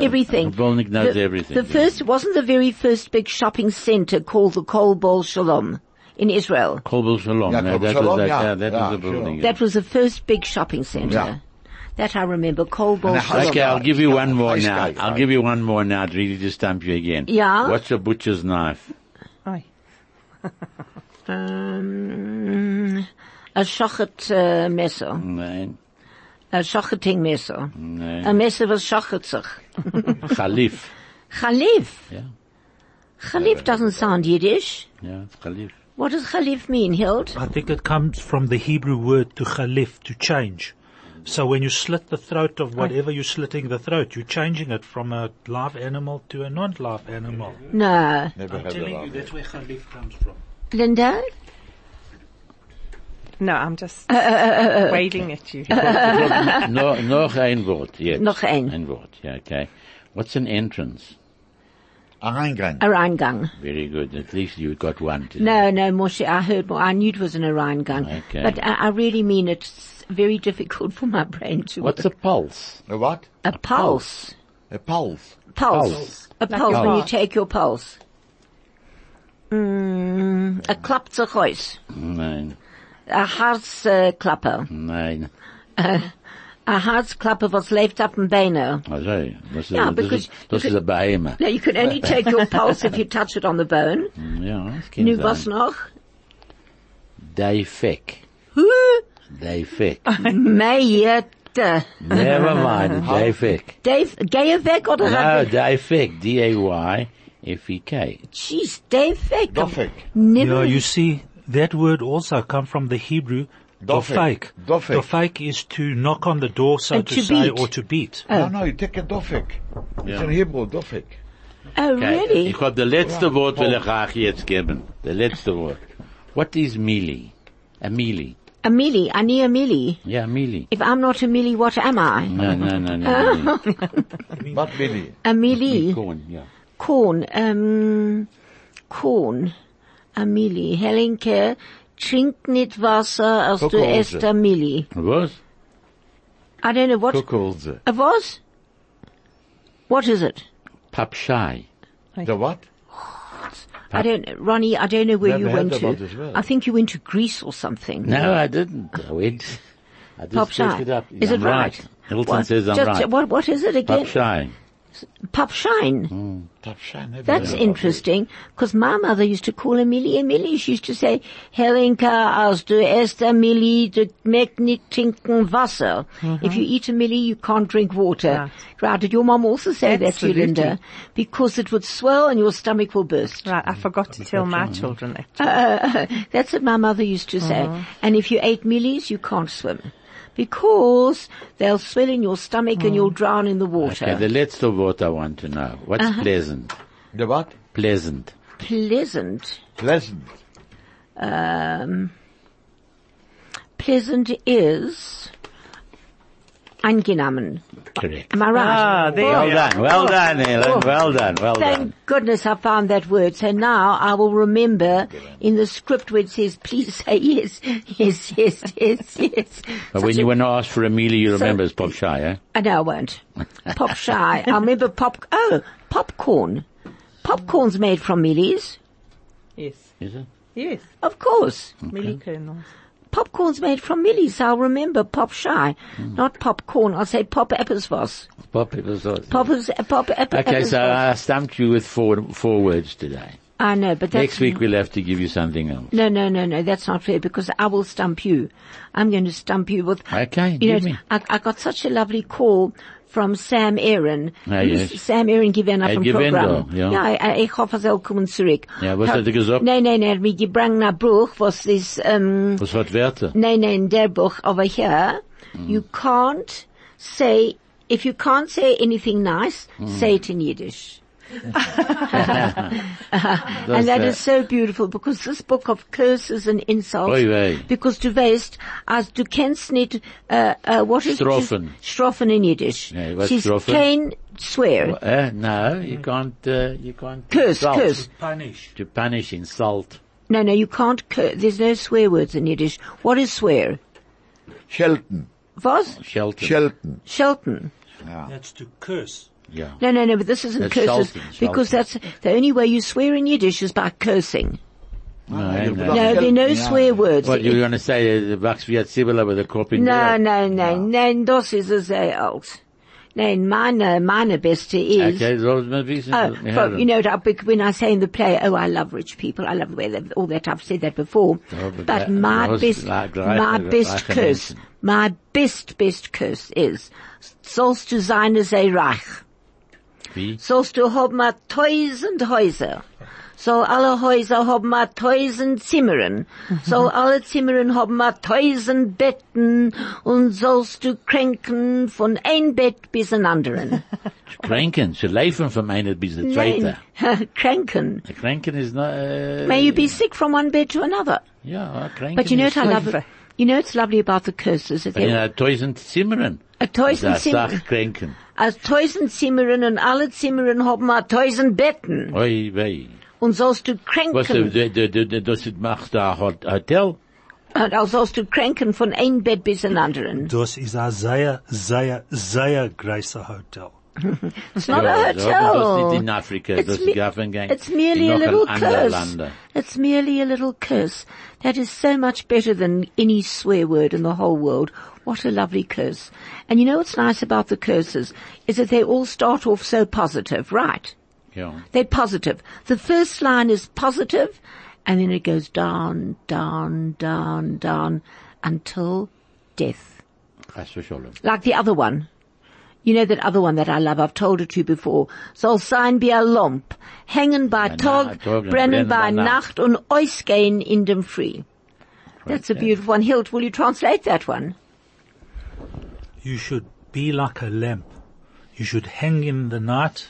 Speaker 1: Everything.
Speaker 2: Kolbolnik knows
Speaker 1: the,
Speaker 2: everything,
Speaker 1: The
Speaker 2: yeah.
Speaker 1: first, wasn't the very first big shopping center called the Kolbol Shalom in Israel?
Speaker 2: Kol Bol Shalom.
Speaker 7: Ja,
Speaker 2: Ne,
Speaker 7: Kol Bol
Speaker 2: that
Speaker 7: Shalom,
Speaker 2: was that,
Speaker 7: ja,
Speaker 2: yeah, that
Speaker 7: ja,
Speaker 2: was the
Speaker 7: sure.
Speaker 2: building.
Speaker 1: That was the first big shopping center.
Speaker 7: Yeah.
Speaker 1: That I remember, Kolbol
Speaker 7: And a house-
Speaker 1: Shalom.
Speaker 2: Okay, I'll give you one more
Speaker 7: Ice
Speaker 2: now.
Speaker 7: skate,
Speaker 2: I'll
Speaker 7: right.
Speaker 2: give you one more now to really to stump you again.
Speaker 1: Yeah.
Speaker 2: What's a butcher's knife?
Speaker 4: Aye.
Speaker 1: Um, a shochet uh, messer.
Speaker 2: Nein,
Speaker 1: A shocheting messer. A
Speaker 2: Mm. nein.
Speaker 1: messer was shochet sich. Uh,
Speaker 2: Khalif.
Speaker 1: Khalif.
Speaker 2: Yeah,
Speaker 1: Khalif doesn't sound Yiddish.
Speaker 2: yeah,
Speaker 1: [LAUGHS]
Speaker 2: it's Khalif.
Speaker 1: What does Khalif mean, Hild?
Speaker 3: I think it comes from the Hebrew word to chalif, to change. So when you slit the throat of whatever you're slitting the throat, you're changing it from a live animal to a non-live animal.
Speaker 1: No.
Speaker 7: Never
Speaker 3: I'm
Speaker 7: had a
Speaker 3: telling you,
Speaker 7: laugh.
Speaker 3: that's where chalif comes from.
Speaker 1: Linda?
Speaker 4: No, I'm just uh, waving at you.
Speaker 2: no, noch ein Wort jetzt.
Speaker 1: Noch ein.
Speaker 2: Ein Wort, ja, okay. What's an entrance?
Speaker 7: A Reingang.
Speaker 1: A Rheingang.
Speaker 2: Very good. At least you got one. today.
Speaker 1: No, no, Moshe, I heard more. I knew it was an Orion gun.
Speaker 2: Okay.
Speaker 1: But I, I really mean it's very difficult [LAUGHS] for my brain to.
Speaker 2: What's a pulse?
Speaker 1: Uh,
Speaker 7: A what?
Speaker 1: a pulse?
Speaker 7: A pulse.
Speaker 1: Pulse.
Speaker 2: Pulse.
Speaker 1: A
Speaker 5: Like
Speaker 1: pulse
Speaker 5: a
Speaker 1: when you
Speaker 5: pulse.
Speaker 1: take your pulse. Mm, a klapzerhuis.
Speaker 2: Nein,
Speaker 1: A hartsklapper.
Speaker 2: nein.
Speaker 1: a hartsklapper was left up in Beno.
Speaker 2: Also, das
Speaker 1: Ja,
Speaker 2: ist, das
Speaker 1: because-
Speaker 2: ist, das ist
Speaker 1: [LAUGHS]
Speaker 2: ein Beheime.
Speaker 1: Now you can
Speaker 2: [LAUGHS]
Speaker 1: only take your pulse if you touch it on the bone.
Speaker 2: Ja, das kann
Speaker 1: Nu was
Speaker 2: sein.
Speaker 1: noch?
Speaker 2: Defek. Defek.
Speaker 1: Meierte. [LAUGHS]
Speaker 2: Never mind, Defek.
Speaker 1: Dave, geh weg oder
Speaker 2: No,
Speaker 1: no.
Speaker 2: Defek. D-A-Y-F-E-K.
Speaker 1: Jeez, Dave weg.
Speaker 7: Dofek.
Speaker 3: Yeah,
Speaker 1: Never.
Speaker 3: you see, that word also come from the Hebrew
Speaker 7: Dofek.
Speaker 3: dofek.
Speaker 7: Dofek.
Speaker 3: is to knock on the door, so
Speaker 1: And
Speaker 3: to,
Speaker 1: Uh, to
Speaker 3: say,
Speaker 1: beat.
Speaker 3: or to beat.
Speaker 1: uh,
Speaker 7: No, no, you take a dofek. It's in Hebrew, dofek.
Speaker 1: oh,
Speaker 2: Okay,
Speaker 1: really?
Speaker 2: Ich hab das letzte Wort will ich euch jetzt geben. Das letzte Wort. What is Mili? A Mili.
Speaker 1: A mealy. I need a mealy.
Speaker 2: Ja, Mili.
Speaker 1: If I'm not a mealy, what am I?
Speaker 2: Nein, nein, nein, nein.
Speaker 1: [LAUGHS]
Speaker 2: nein.
Speaker 7: What really?
Speaker 1: A mealy.
Speaker 2: Korn, ja.
Speaker 1: Corn. Um, corn. A mealy. Helenke, trink nicht Wasser, als du
Speaker 7: Kokose.
Speaker 1: esst a mealy.
Speaker 2: Was?
Speaker 1: I don't know what,
Speaker 7: Kukulze.
Speaker 1: a was? What is it?
Speaker 2: Papschei.
Speaker 7: The what?
Speaker 1: I don't, Ronnie, I don't know where
Speaker 7: Never
Speaker 1: you
Speaker 7: heard
Speaker 1: went
Speaker 7: about this
Speaker 1: to.
Speaker 7: word.
Speaker 1: I think you went to Greece or something.
Speaker 2: No, I didn't. I went. I just
Speaker 1: Papshai.
Speaker 2: looked it up.
Speaker 1: Is
Speaker 2: I'm
Speaker 1: it right?
Speaker 2: Hilton
Speaker 1: What?
Speaker 2: says I'm
Speaker 1: Just-
Speaker 2: right.
Speaker 1: What, what is it again?
Speaker 2: Papschei.
Speaker 1: Papshine.
Speaker 7: Tapshan. never
Speaker 1: That's
Speaker 7: heard of
Speaker 1: interesting, because my mother used to call Amelie Amelie. She used to say, Helenka, als du esst Amelie, du merk nicht trinken Wasser. If you eat Amelie, you can't drink water. Right. Did your mom also say
Speaker 4: Absolutely.
Speaker 1: that to you, Linda? Because it would swell and your stomach will burst.
Speaker 4: Right, I forgot to tell my children that.
Speaker 1: That's what my mother used to say. And if you ate Millie's, you can't swim. Because they'll swell in your stomach and you'll drown in the water.
Speaker 2: Okay, the letzte Wort I want to know. What's
Speaker 1: Uh-huh.
Speaker 2: pleasant?
Speaker 7: it. The what?
Speaker 2: Pleasant.
Speaker 1: Pleasant.
Speaker 7: Pleasant.
Speaker 1: Pleasant is angenehm.
Speaker 2: Correct.
Speaker 1: Am I right?
Speaker 4: Ah, there
Speaker 2: Well
Speaker 4: you are.
Speaker 2: done, well done, Helen. Well done, well done.
Speaker 1: Oh. Thank goodness I found that word. So now I will remember in the script where it says, please say yes, yes, yes, yes, yes.
Speaker 2: But when
Speaker 1: Such
Speaker 2: you
Speaker 1: a-
Speaker 2: when asked for Amelia, you remember it's Pop Shy, eh?
Speaker 1: I know I won't. Pop shy. I remember pop, oh, popcorn. Popcorn's made from mealies.
Speaker 4: Yes.
Speaker 2: Is it?
Speaker 4: Yes.
Speaker 1: Of course.
Speaker 4: Millie kernels.
Speaker 1: Popcorn's made from mealies. I'll remember pop shy. Not popcorn. I'll say pop applesauce.
Speaker 2: Pop, it was awesome.
Speaker 1: Pop, pop, app-
Speaker 2: Okay, so uh,
Speaker 1: applesauce.
Speaker 2: I stumped you with four, four words today.
Speaker 1: I know, but that's
Speaker 2: Next week we'll have to give you something else.
Speaker 1: No, no, no, no. That's not fair because I will stump you. I'm going to stump you with.
Speaker 2: Okay,
Speaker 1: You
Speaker 2: give
Speaker 1: know,
Speaker 2: me.
Speaker 1: I, I got such a lovely call from Sam Aaron.
Speaker 2: Ah,
Speaker 1: Who's-
Speaker 2: yes. Ah,
Speaker 1: Sam Aaron given up
Speaker 2: Hy
Speaker 1: a
Speaker 2: het gewend
Speaker 1: program.
Speaker 2: al, ja.
Speaker 1: ich hoffe, er kommen zurück.
Speaker 2: Ja, was hat er gesagt?
Speaker 1: Nein, nein, er hat mich gebracht nach Bruch, was ist, ähm,
Speaker 2: Was hat Werte?
Speaker 1: nein, nein, der Bruch, aber hier,
Speaker 2: Mm.
Speaker 1: you
Speaker 2: Mm.
Speaker 1: can't say, if you can't say anything nice, say it in Yiddish. and that
Speaker 2: that.
Speaker 1: is so beautiful because this book of curses and insults.
Speaker 2: Oi, wei.
Speaker 1: Because du weißt, als du kennst nicht, uh, uh, what is
Speaker 2: Strophen.
Speaker 1: Strafen in Yiddish.
Speaker 2: Nee, wat
Speaker 1: She's
Speaker 2: Strophen?
Speaker 1: kein swear.
Speaker 2: Uh, no, you can't, uh, you can't
Speaker 1: Curse,
Speaker 2: insult.
Speaker 1: curse.
Speaker 3: Punish.
Speaker 2: To punish, insult.
Speaker 1: No, no, you can't. Cur- There's no swear words in Yiddish. What is swear?
Speaker 7: Shelton.
Speaker 1: Was
Speaker 2: Shelter.
Speaker 7: Shelton.
Speaker 1: Shelton.
Speaker 7: Ah.
Speaker 3: That's to curse.
Speaker 2: yeah.
Speaker 1: No, no, no, but this isn't
Speaker 2: That's
Speaker 1: curses
Speaker 2: Shelton, Shelton.
Speaker 1: because that's the only way you swear in Yiddish is by cursing.
Speaker 7: Ah,
Speaker 2: No, no.
Speaker 1: No, there are no swear words.
Speaker 2: What, you're going to say uh, the Vax Viet Sibila with a cop in
Speaker 1: No,
Speaker 2: Europe?
Speaker 1: no, no, nein, das ist es sehr alt. Nein, meine, meine beste ist,
Speaker 2: Okay, so it's not reason.
Speaker 1: oh,
Speaker 2: we
Speaker 1: but,
Speaker 2: have
Speaker 1: you
Speaker 2: them.
Speaker 1: know, that big- when I say in the play, oh, I love rich people, I love the way they, all that, I've said that before.
Speaker 2: Oh,
Speaker 1: But
Speaker 2: but that-
Speaker 1: my
Speaker 2: those
Speaker 1: best,
Speaker 2: like- like-
Speaker 1: my
Speaker 2: like
Speaker 1: best
Speaker 2: I
Speaker 1: curse,
Speaker 2: mentioned.
Speaker 1: my best, best curse is, sollst du sein sehr reich.
Speaker 2: Wie?
Speaker 1: sollst du haben a tausend Häuser. So alle Häuser haben a tausend Zimmern. So alle Zimmern haben a tausend Betten und sollst du kränken von ein Bett bis ein anderen.
Speaker 2: Kranken. Ze leven van mij net bij de
Speaker 1: Nein,
Speaker 2: tweede.
Speaker 1: [LAUGHS] kränken.
Speaker 2: The Kranken is not, uh,
Speaker 1: May you be sick from one bed to another.
Speaker 2: yeah, Kranken
Speaker 1: But you know what I
Speaker 2: is-
Speaker 1: love? You know what's lovely about the curses? That
Speaker 2: In
Speaker 1: they're
Speaker 2: a thousand Zimmern.
Speaker 1: a tausend
Speaker 2: Das
Speaker 1: Zimmern,
Speaker 2: sagt Kranken.
Speaker 1: a tausend Zimmern und alle Zimmern haben a tausend Betten
Speaker 2: Oi, wei.
Speaker 1: und sollst du
Speaker 2: Was, eh? de,
Speaker 1: kränken.
Speaker 2: de, de, de, de, das macht da Hot- Hotel?
Speaker 1: Und auch sollst du kränken von ein Bett bis ein anderen.
Speaker 3: Das ist a sehr, sehr, sehr großer Hotel.
Speaker 1: It's not
Speaker 2: Ja,
Speaker 1: a
Speaker 2: so haben das
Speaker 1: hotel.
Speaker 2: nicht in Afrika, das
Speaker 1: me-
Speaker 2: darf man gar nicht.
Speaker 1: it's merely a
Speaker 2: Noch ein
Speaker 1: little
Speaker 2: anderer
Speaker 1: curse.
Speaker 2: Lander.
Speaker 1: It's merely a little curse. That is so much better than any swear word in the whole world. What a lovely curse. And you know what's nice about the curses is that they all start off so positive, right?
Speaker 2: Ja.
Speaker 1: They're positive. The first line is positive and then it goes down, down, down, down until death
Speaker 2: Hast du schon.
Speaker 1: like the other one. You know that other one that I love, I've told it to you before. Soll sein wie a lump, hängen by Tag,
Speaker 2: Tag und
Speaker 1: brennen
Speaker 2: brennen
Speaker 1: by
Speaker 2: bei
Speaker 1: Nacht und ausgehen in dem Free. That's a beautiful one. Hilt, will you translate that one?
Speaker 3: You should be like a lamp. You should hang in the night.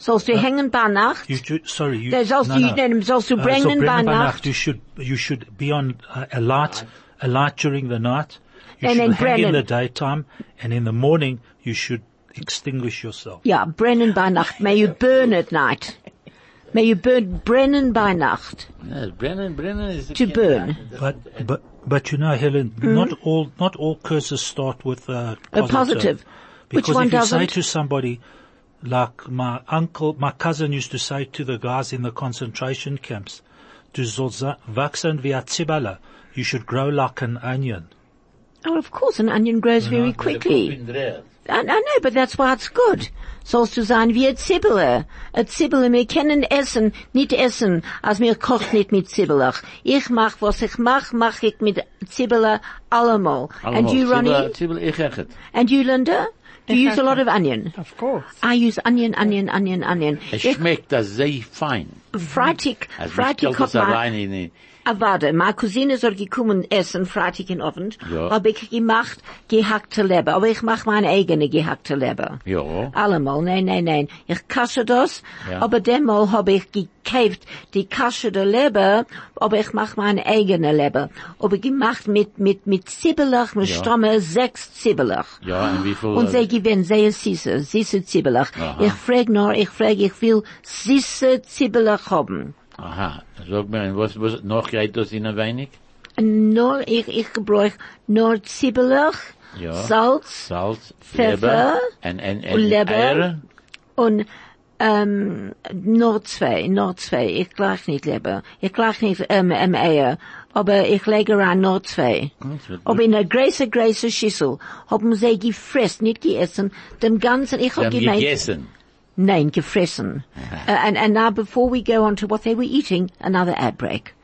Speaker 1: Sollst du hängen bei Nacht?
Speaker 3: You should, sorry, you,
Speaker 1: There is also- you- there is also
Speaker 3: Uh,
Speaker 1: brennen
Speaker 3: so brennen
Speaker 1: by
Speaker 3: by
Speaker 1: Nacht.
Speaker 3: You should, you should be on uh, a light, a light during the night. You
Speaker 1: And
Speaker 3: should
Speaker 1: then
Speaker 3: hang in
Speaker 1: brennen.
Speaker 3: the daytime and in the morning you should extinguish yourself.
Speaker 1: Yeah, brennen by Nacht. May you burn at night. May you burn, brennen by Nacht.
Speaker 2: Ja, Brennen, brennen ist...
Speaker 1: To burn.
Speaker 3: But, but, but you know, Helen, not all, not all curses start with a
Speaker 1: Mm-hmm. A
Speaker 3: positive.
Speaker 1: positive. Which
Speaker 3: Because
Speaker 1: one
Speaker 3: if you say
Speaker 1: doesn't?
Speaker 3: to somebody, like my uncle, my cousin used to say to the guys in the concentration camps, "Du sollst wachsen wie ein Zwiebele." You should grow like an onion.
Speaker 1: Oh, of course, an onion grows very quickly. I, I know, but that's why it's good. Sollst du sein wie ein Zibbele. Ein Zibbele, wir können essen, nicht essen, als mir kocht nicht mit Zibbelach. Ich mach, was ich mach, mach ich mit Zibbele allemal. And you, Ronnie?
Speaker 2: Zibel, ich echt.
Speaker 1: And you, Linda? Do you use a lot of onion?
Speaker 4: Of course.
Speaker 1: I use onion, onion, onion, onion.
Speaker 2: Es
Speaker 1: Ich,
Speaker 2: schmeckt das sehr fein.
Speaker 1: Freitag,
Speaker 2: Also man
Speaker 1: Freitag
Speaker 2: stellt
Speaker 1: hat
Speaker 2: das
Speaker 1: man,
Speaker 2: allein in die...
Speaker 1: Ah, warte, meine Cousine soll gekommen essen, Freitag in Abend.
Speaker 2: Ja.
Speaker 1: Hab ich gemacht, gehackte Leber. Aber ich mach meine eigene gehackte Leber.
Speaker 2: Ja.
Speaker 1: Allemal, nein, nein, nein. Ich kasche das,
Speaker 2: Ja.
Speaker 1: aber demmal habe ich gekauft die Kasche der Leber, aber ich mache meine eigene Leber. Aber gemacht mit, mit, mit Zibbelach, mit
Speaker 2: Ja.
Speaker 1: Stamme, sechs Zibbelach.
Speaker 2: Ja,
Speaker 1: [GASPS]
Speaker 2: und wie viel...
Speaker 1: Und sie gewinnen sehr süße, süße Zibbelach.
Speaker 2: Aha.
Speaker 1: Ich frage nur, ich frage, ich will süße Zibbelach haben.
Speaker 2: Aha. Sag mir, was, was, noch geht das in ein wenig?
Speaker 1: Nur, ich, ich gebräuch nur Zibbelach,
Speaker 2: Ja.
Speaker 1: Salz
Speaker 2: Salz,
Speaker 1: Pfeffer
Speaker 2: Leber, und, und,
Speaker 1: und
Speaker 2: und
Speaker 1: Leber.
Speaker 2: Eier.
Speaker 1: Und ähm, nur zwei, nur zwei. Ich klag nicht lieber. Ich klag nicht ähm, ähm, Eier. Aber ich lege an nur zwei.
Speaker 2: wird
Speaker 1: Aber in einer großen, großen Schüssel haben sie gefressen, nicht gegessen. Dem ganzen, ich habe
Speaker 2: Dann
Speaker 1: gemeint,
Speaker 2: gegessen.
Speaker 1: nein, gefressen. uh, and, and now before we go on to what they were eating, another ad break.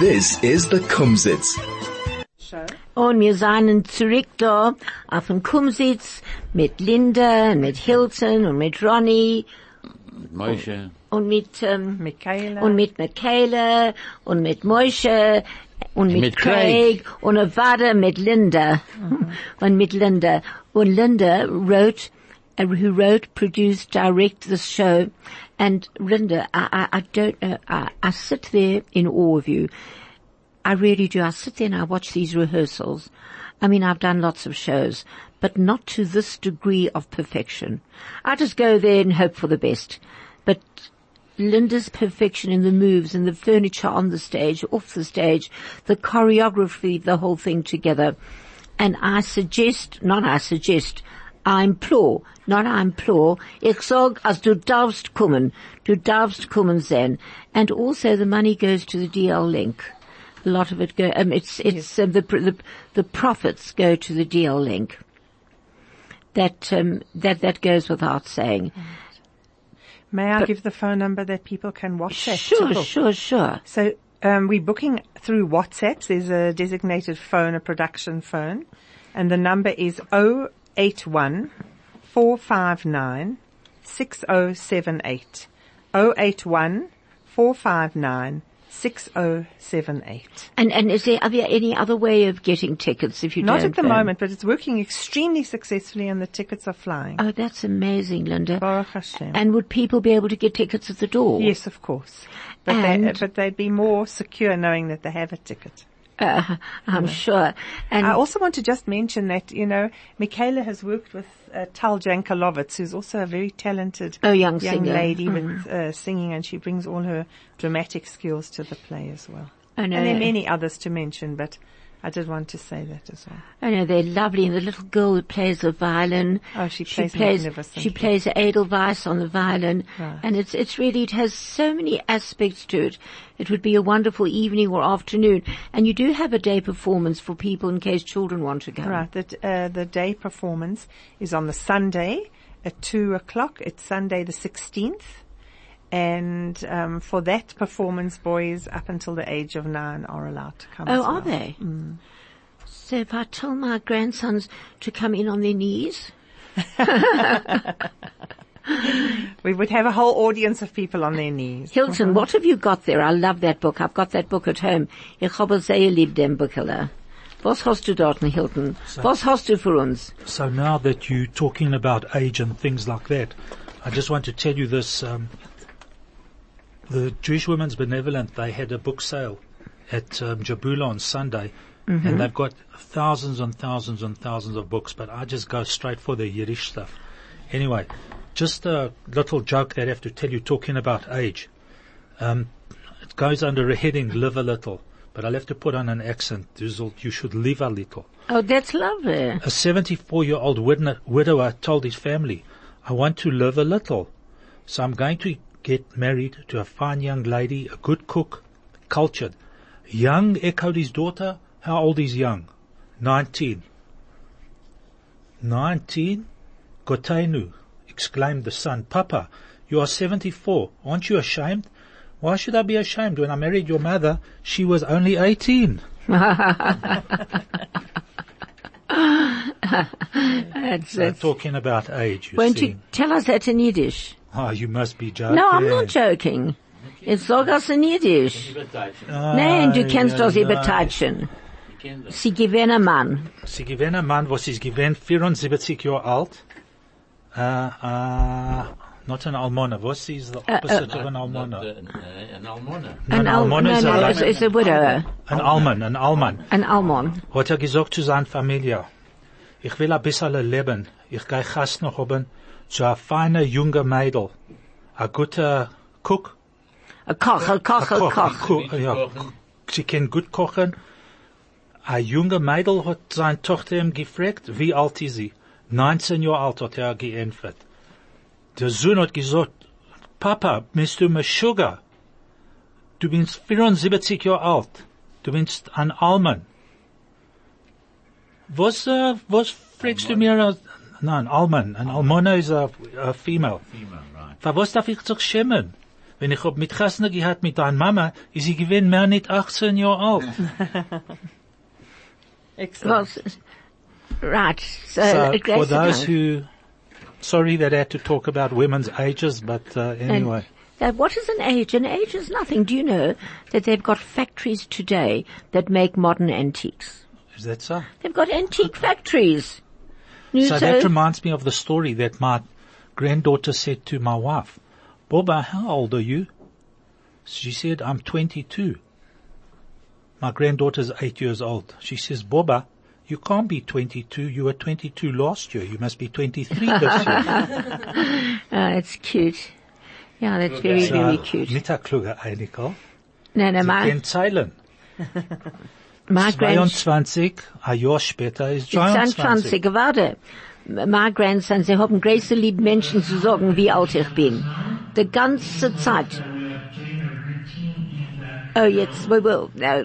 Speaker 6: This is the Kumsitz.
Speaker 1: Und wir seien zurück da auf dem Kumsitz mit Linda und mit Hilton und mit Ronnie
Speaker 2: Moshe.
Speaker 1: und mit... Ähm,
Speaker 4: Michaela.
Speaker 1: und mit Michaela und mit Moshe und mit,
Speaker 2: Mit
Speaker 1: Craig,
Speaker 2: Craig.
Speaker 1: und a Vater mit Linda und mit Linda und Linda wrote uh, who wrote, produced, directed this show, and Linda, I, I, I don't know, I, I sit there in awe of you. I really do. I sit there and I watch these rehearsals. I mean, I've done lots of shows, but not to this degree of perfection. I just go there and hope for the best. But Linda's perfection in the moves and the furniture on the stage, off the stage, the choreography, the whole thing together. And I suggest, not I suggest, I implore, not I implore, ik zorg als du darfst komen, du darfst komen zijn. And also the money goes to the DL Link. A lot of it go, um, it's, it's, um, the, pr- the, the profits go to the DL Link. That, um, that, that goes without saying.
Speaker 4: Mm. May I give the phone number that people can WhatsApp?
Speaker 1: Sure,
Speaker 4: Tickle?
Speaker 1: sure, sure.
Speaker 4: So um, we're booking through WhatsApp. There's a designated phone, a production phone, and the number is 081 459 6078. 081 459 6078.
Speaker 1: And and is there are there any other way of getting tickets if you
Speaker 4: Not
Speaker 1: don't
Speaker 4: at the
Speaker 1: um,
Speaker 4: moment, but it's working extremely successfully and the tickets are flying.
Speaker 1: Oh, that's amazing, Linda.
Speaker 4: Baruch Hashem.
Speaker 1: And would people be able to get tickets at the door?
Speaker 4: Yes, of course. But, they,
Speaker 1: And-
Speaker 4: but they'd be more secure knowing that they have a ticket.
Speaker 1: Uh, I'm sure. And
Speaker 4: I also want to just mention that, you know, Michaela has worked with uh, Tal Jankalowitz, who's also a very talented
Speaker 1: Oh, young singer. Mm-hmm.
Speaker 4: lady with uh, singing, and she brings all her dramatic skills to the play as well.
Speaker 1: I know.
Speaker 4: And there are many others to mention, but I did want to say that as well.
Speaker 1: I know they're lovely, and the little girl who plays the violin.
Speaker 4: Oh, she plays magnificently.
Speaker 1: She plays Edelweiss on the violin,
Speaker 4: Right.
Speaker 1: and it's it's really it has so many aspects to it. It would be a wonderful evening or afternoon, and you do have a day performance for people in case children want to go.
Speaker 4: Right, the, uh, the day performance is on the Sunday at 2 o'clock. It's Sunday the 16th. And um, for that performance, boys up until the age of nine are allowed to come.
Speaker 1: Oh,
Speaker 4: as
Speaker 1: are
Speaker 4: well.
Speaker 1: they?
Speaker 4: Mm.
Speaker 1: So if I tell my grandsons to come in on their knees,
Speaker 4: We would have a whole audience of people on their knees.
Speaker 1: Hilton, what have you got there? I love that book. I've got that book at home. Ich habe sehr lieb den Buchler. Was hast du dort, Hilton? Was hast du für uns?
Speaker 3: So now that you're talking about age and things like that, I just want to tell you this. Um, the Jewish Women's Benevolent, they had a book sale at um, Jabula on Sunday, and they've got thousands and thousands and thousands of books, but I just go straight for the Yiddish stuff. Anyway, just a little joke that I have to tell you talking about age. Um, it goes under a heading, live a little, but I'll have to put on an accent. Duzelt, You should live a little.
Speaker 1: Oh, that's lovely.
Speaker 3: A 74 year old widower told his family, I want to live a little. So I'm going to get married to a fine young lady, a good cook, cultured. Young echoed his daughter. How old is young? 19. 19? Gotainu, exclaimed the son. Papa, you are 74. Aren't you ashamed? Why should I be ashamed? When I married your mother, she was
Speaker 1: [LAUGHS]
Speaker 3: only [LAUGHS] 18.
Speaker 1: That's
Speaker 3: So
Speaker 1: it.
Speaker 3: talking about age, you
Speaker 1: Won't
Speaker 3: see.
Speaker 1: you tell us that in Yiddish?
Speaker 3: Oh, you must be joking.
Speaker 1: No, I'm not joking. It's sogas in Yiddish.
Speaker 3: Ah,
Speaker 1: Nein, du kennst das übertreiben. Sie gewinnen Mann.
Speaker 3: Sie gewähnt ein Mann, was ist gewähnt 74 Jahre alt. Uh, uh, not an Almona. Was is the opposite of an Almona?
Speaker 2: An Almona.
Speaker 3: An Almona
Speaker 1: no,
Speaker 3: ist
Speaker 1: no,
Speaker 3: allein.
Speaker 1: it's, it's a widower.
Speaker 3: An Alman, an Alman.
Speaker 1: An Almon.
Speaker 3: Hat er gesagt zu seiner Familie, ich will ein bisschen leben. Ich gehe Gast noch oben zu einer feinen, jungen Mädel. Ein guter Cook.
Speaker 1: A koch, a koch, a
Speaker 3: Koch,
Speaker 1: koch.
Speaker 3: Ko- ja, Ko- sie kann gut kochen. Ein junger Mädel hat seine Tochter ihm gefragt, wie alt ist sie? 19 Jahre alt hat er geantwortet. Der Sohn hat gesagt, Papa, bist du mir Sugar? Du bist 74 Jahre alt. Du bist ein Alman. Was, äh, was fragst du mir? als- Nein, Alman. Ein Almona ist eine eine Female.
Speaker 2: Female, right.
Speaker 3: Für was darf ich sich schämen? Wenn ich hab mit Chasna gehabt mit deiner Mama, ist sie gewinn mehr nicht 18 Jahre alt.
Speaker 4: Excellent.
Speaker 1: Well, s- right. So,
Speaker 3: So,
Speaker 1: a
Speaker 3: for
Speaker 1: great
Speaker 3: those
Speaker 1: account.
Speaker 3: who, sorry that I had to talk about women's ages, but uh,
Speaker 1: And
Speaker 3: anyway.
Speaker 1: that what is an age? An age is nothing. Do you know that they've got factories today that make modern antiques?
Speaker 3: Is that so?
Speaker 1: They've got antique factories. You
Speaker 3: So
Speaker 1: so-
Speaker 3: that reminds me of the story that my granddaughter said to my wife, Boba, how old are you? She said, I'm 22. My granddaughter's eight years old. She says, Boba, you can't be 22. You were 22 last year. You must be 23 this
Speaker 1: [LAUGHS]
Speaker 3: year.
Speaker 1: Ah, it's cute. Yeah, that's very, very cute.
Speaker 3: Mita kluger Einikal.
Speaker 1: No, no, my,
Speaker 3: In Thailand.
Speaker 1: my grand,
Speaker 3: 22, a Jahr später ist
Speaker 1: 22
Speaker 3: 23.
Speaker 1: geworden. My grandson, sie haben große lieb Menschen zu sagen, wie alt ich bin. Die ganze Zeit. Oh, jetzt, we will, äh,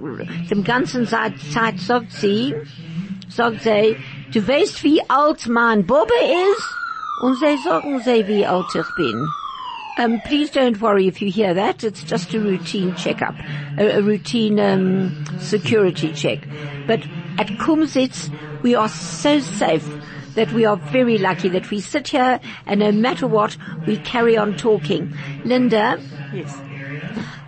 Speaker 1: dem ganzen Zeit, Zeit sagt sie, sagt sie, du weißt, wie alt mein Bobbe ist? Und sie sagen sie, wie alt ich bin. Um, please don't worry if you hear that. It's just a routine checkup, a, a routine um, security check. But at Kumsitz, we are so safe that we are very lucky that we sit here and no matter what, we carry on talking. Linda,
Speaker 4: Yes.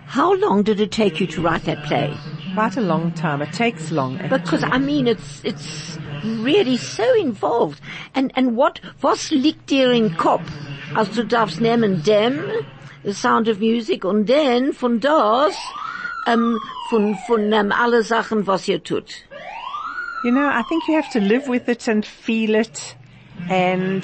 Speaker 1: how long did it take you to write that play?
Speaker 4: Quite a long time. It takes long. actually.
Speaker 1: Because I mean, it's it's really so involved. And and what was liegt dir in Kopf? Also du darfst nehmen dem The Sound of Music und dann von das ähm, von von ähm, alle Sachen was ihr tut.
Speaker 4: [LAUGHS] You know, I think you have to live with it and feel it and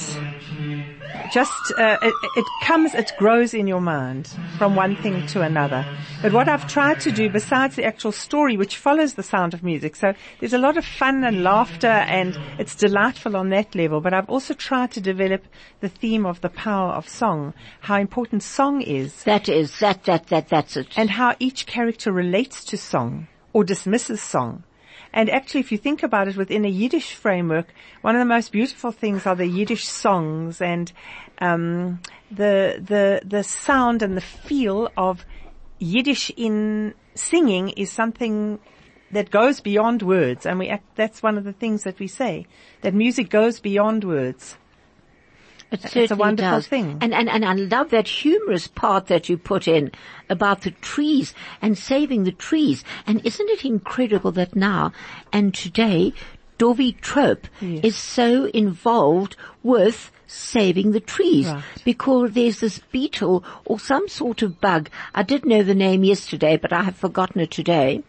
Speaker 4: just, uh, it, it comes, it grows in your mind from one thing to another. But what I've tried to do besides the actual story, which follows the sound of music, so there's a lot of fun and laughter and it's delightful on that level, but I've also tried to develop the theme of the power of song, how important song is
Speaker 1: That is that that that that's it.
Speaker 4: and how each character relates to song or dismisses song. And actually, if you think about it within a Yiddish framework, one of the most beautiful things are the Yiddish songs and um, the the the sound and the feel of Yiddish in singing is something that goes beyond words, and we act, that's one of the things that we say that music goes beyond words.
Speaker 1: It
Speaker 4: It's a
Speaker 1: certainly
Speaker 4: wonderful
Speaker 1: does.
Speaker 4: thing.
Speaker 1: And, and, and I love that humorous part that you put in about the trees and saving the trees. And isn't it incredible that now and today Dovi Trope is so involved with saving the trees
Speaker 4: Right.
Speaker 1: because there's this beetle or some sort of bug. I did know the name yesterday, but I have forgotten it today,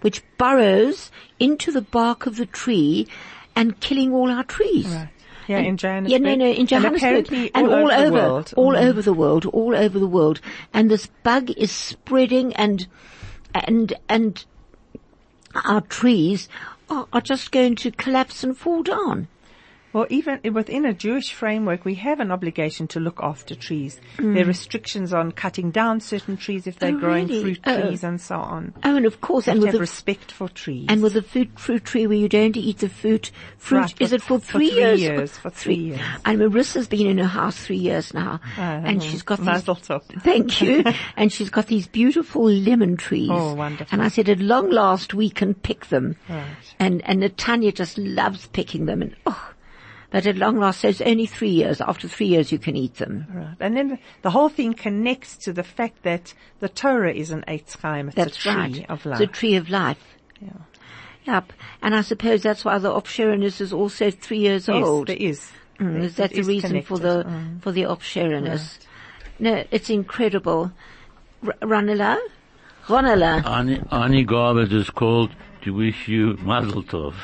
Speaker 1: which burrows into the bark of the tree and killing all our trees.
Speaker 4: Yeah, in
Speaker 1: Yeah,
Speaker 4: Johannesburg.
Speaker 1: no, no, in
Speaker 4: and,
Speaker 1: Johannesburg
Speaker 4: apparently
Speaker 1: and all,
Speaker 4: over,
Speaker 1: over,
Speaker 4: the world. Mm-hmm. Mm.
Speaker 1: all over the world, all over the world, and this bug is spreading, and and and our trees are, are just going to collapse and fall down.
Speaker 4: Well, even i- within a Jewish framework, we have an obligation to look after trees. There are restrictions on cutting down certain trees if they're
Speaker 1: Hmm. Oh,
Speaker 4: growing
Speaker 1: really?
Speaker 4: fruit
Speaker 1: Oh.
Speaker 4: trees and so on.
Speaker 1: Oh, and of course,
Speaker 4: And
Speaker 1: and with
Speaker 4: we have to
Speaker 1: the
Speaker 4: have respect for trees.
Speaker 1: and with the fruit, fruit tree where you don't eat the fruit, fruit
Speaker 4: Right,
Speaker 1: is
Speaker 4: for-
Speaker 1: it for
Speaker 4: for
Speaker 1: three
Speaker 4: three
Speaker 1: years?
Speaker 4: years, for three years.
Speaker 1: And Marissa's been in her house three years now, and
Speaker 4: mhm.
Speaker 1: she's got these
Speaker 4: Mazel tov.
Speaker 1: Thank
Speaker 4: [LAUGHS]
Speaker 1: you. and she's got these beautiful lemon trees.
Speaker 4: Oh, wonderful.
Speaker 1: And I said, at long last, we can pick them. And, and Natanya just loves picking them. And, oh, but at long last, so it's only three years. After three years, you can eat them.
Speaker 4: Right. And then the whole thing connects to the fact that the Torah is an Eitz Chaim. It's
Speaker 1: That's
Speaker 4: a tree
Speaker 1: right.
Speaker 4: of
Speaker 1: It's
Speaker 4: life.
Speaker 1: a tree of life. Yeah. Yep. And I suppose that's why the Opsheronus is also three years
Speaker 4: yes,
Speaker 1: old.
Speaker 4: there is.
Speaker 1: Mm, is that
Speaker 4: It
Speaker 1: the
Speaker 4: is
Speaker 1: reason for the
Speaker 4: connected. Mm.
Speaker 1: for the Opsheronus? No, it's incredible. R- Ranela?
Speaker 4: Uh,
Speaker 1: Ranela.
Speaker 2: Ani, Ani Garber is called to wish you Mazel Tov.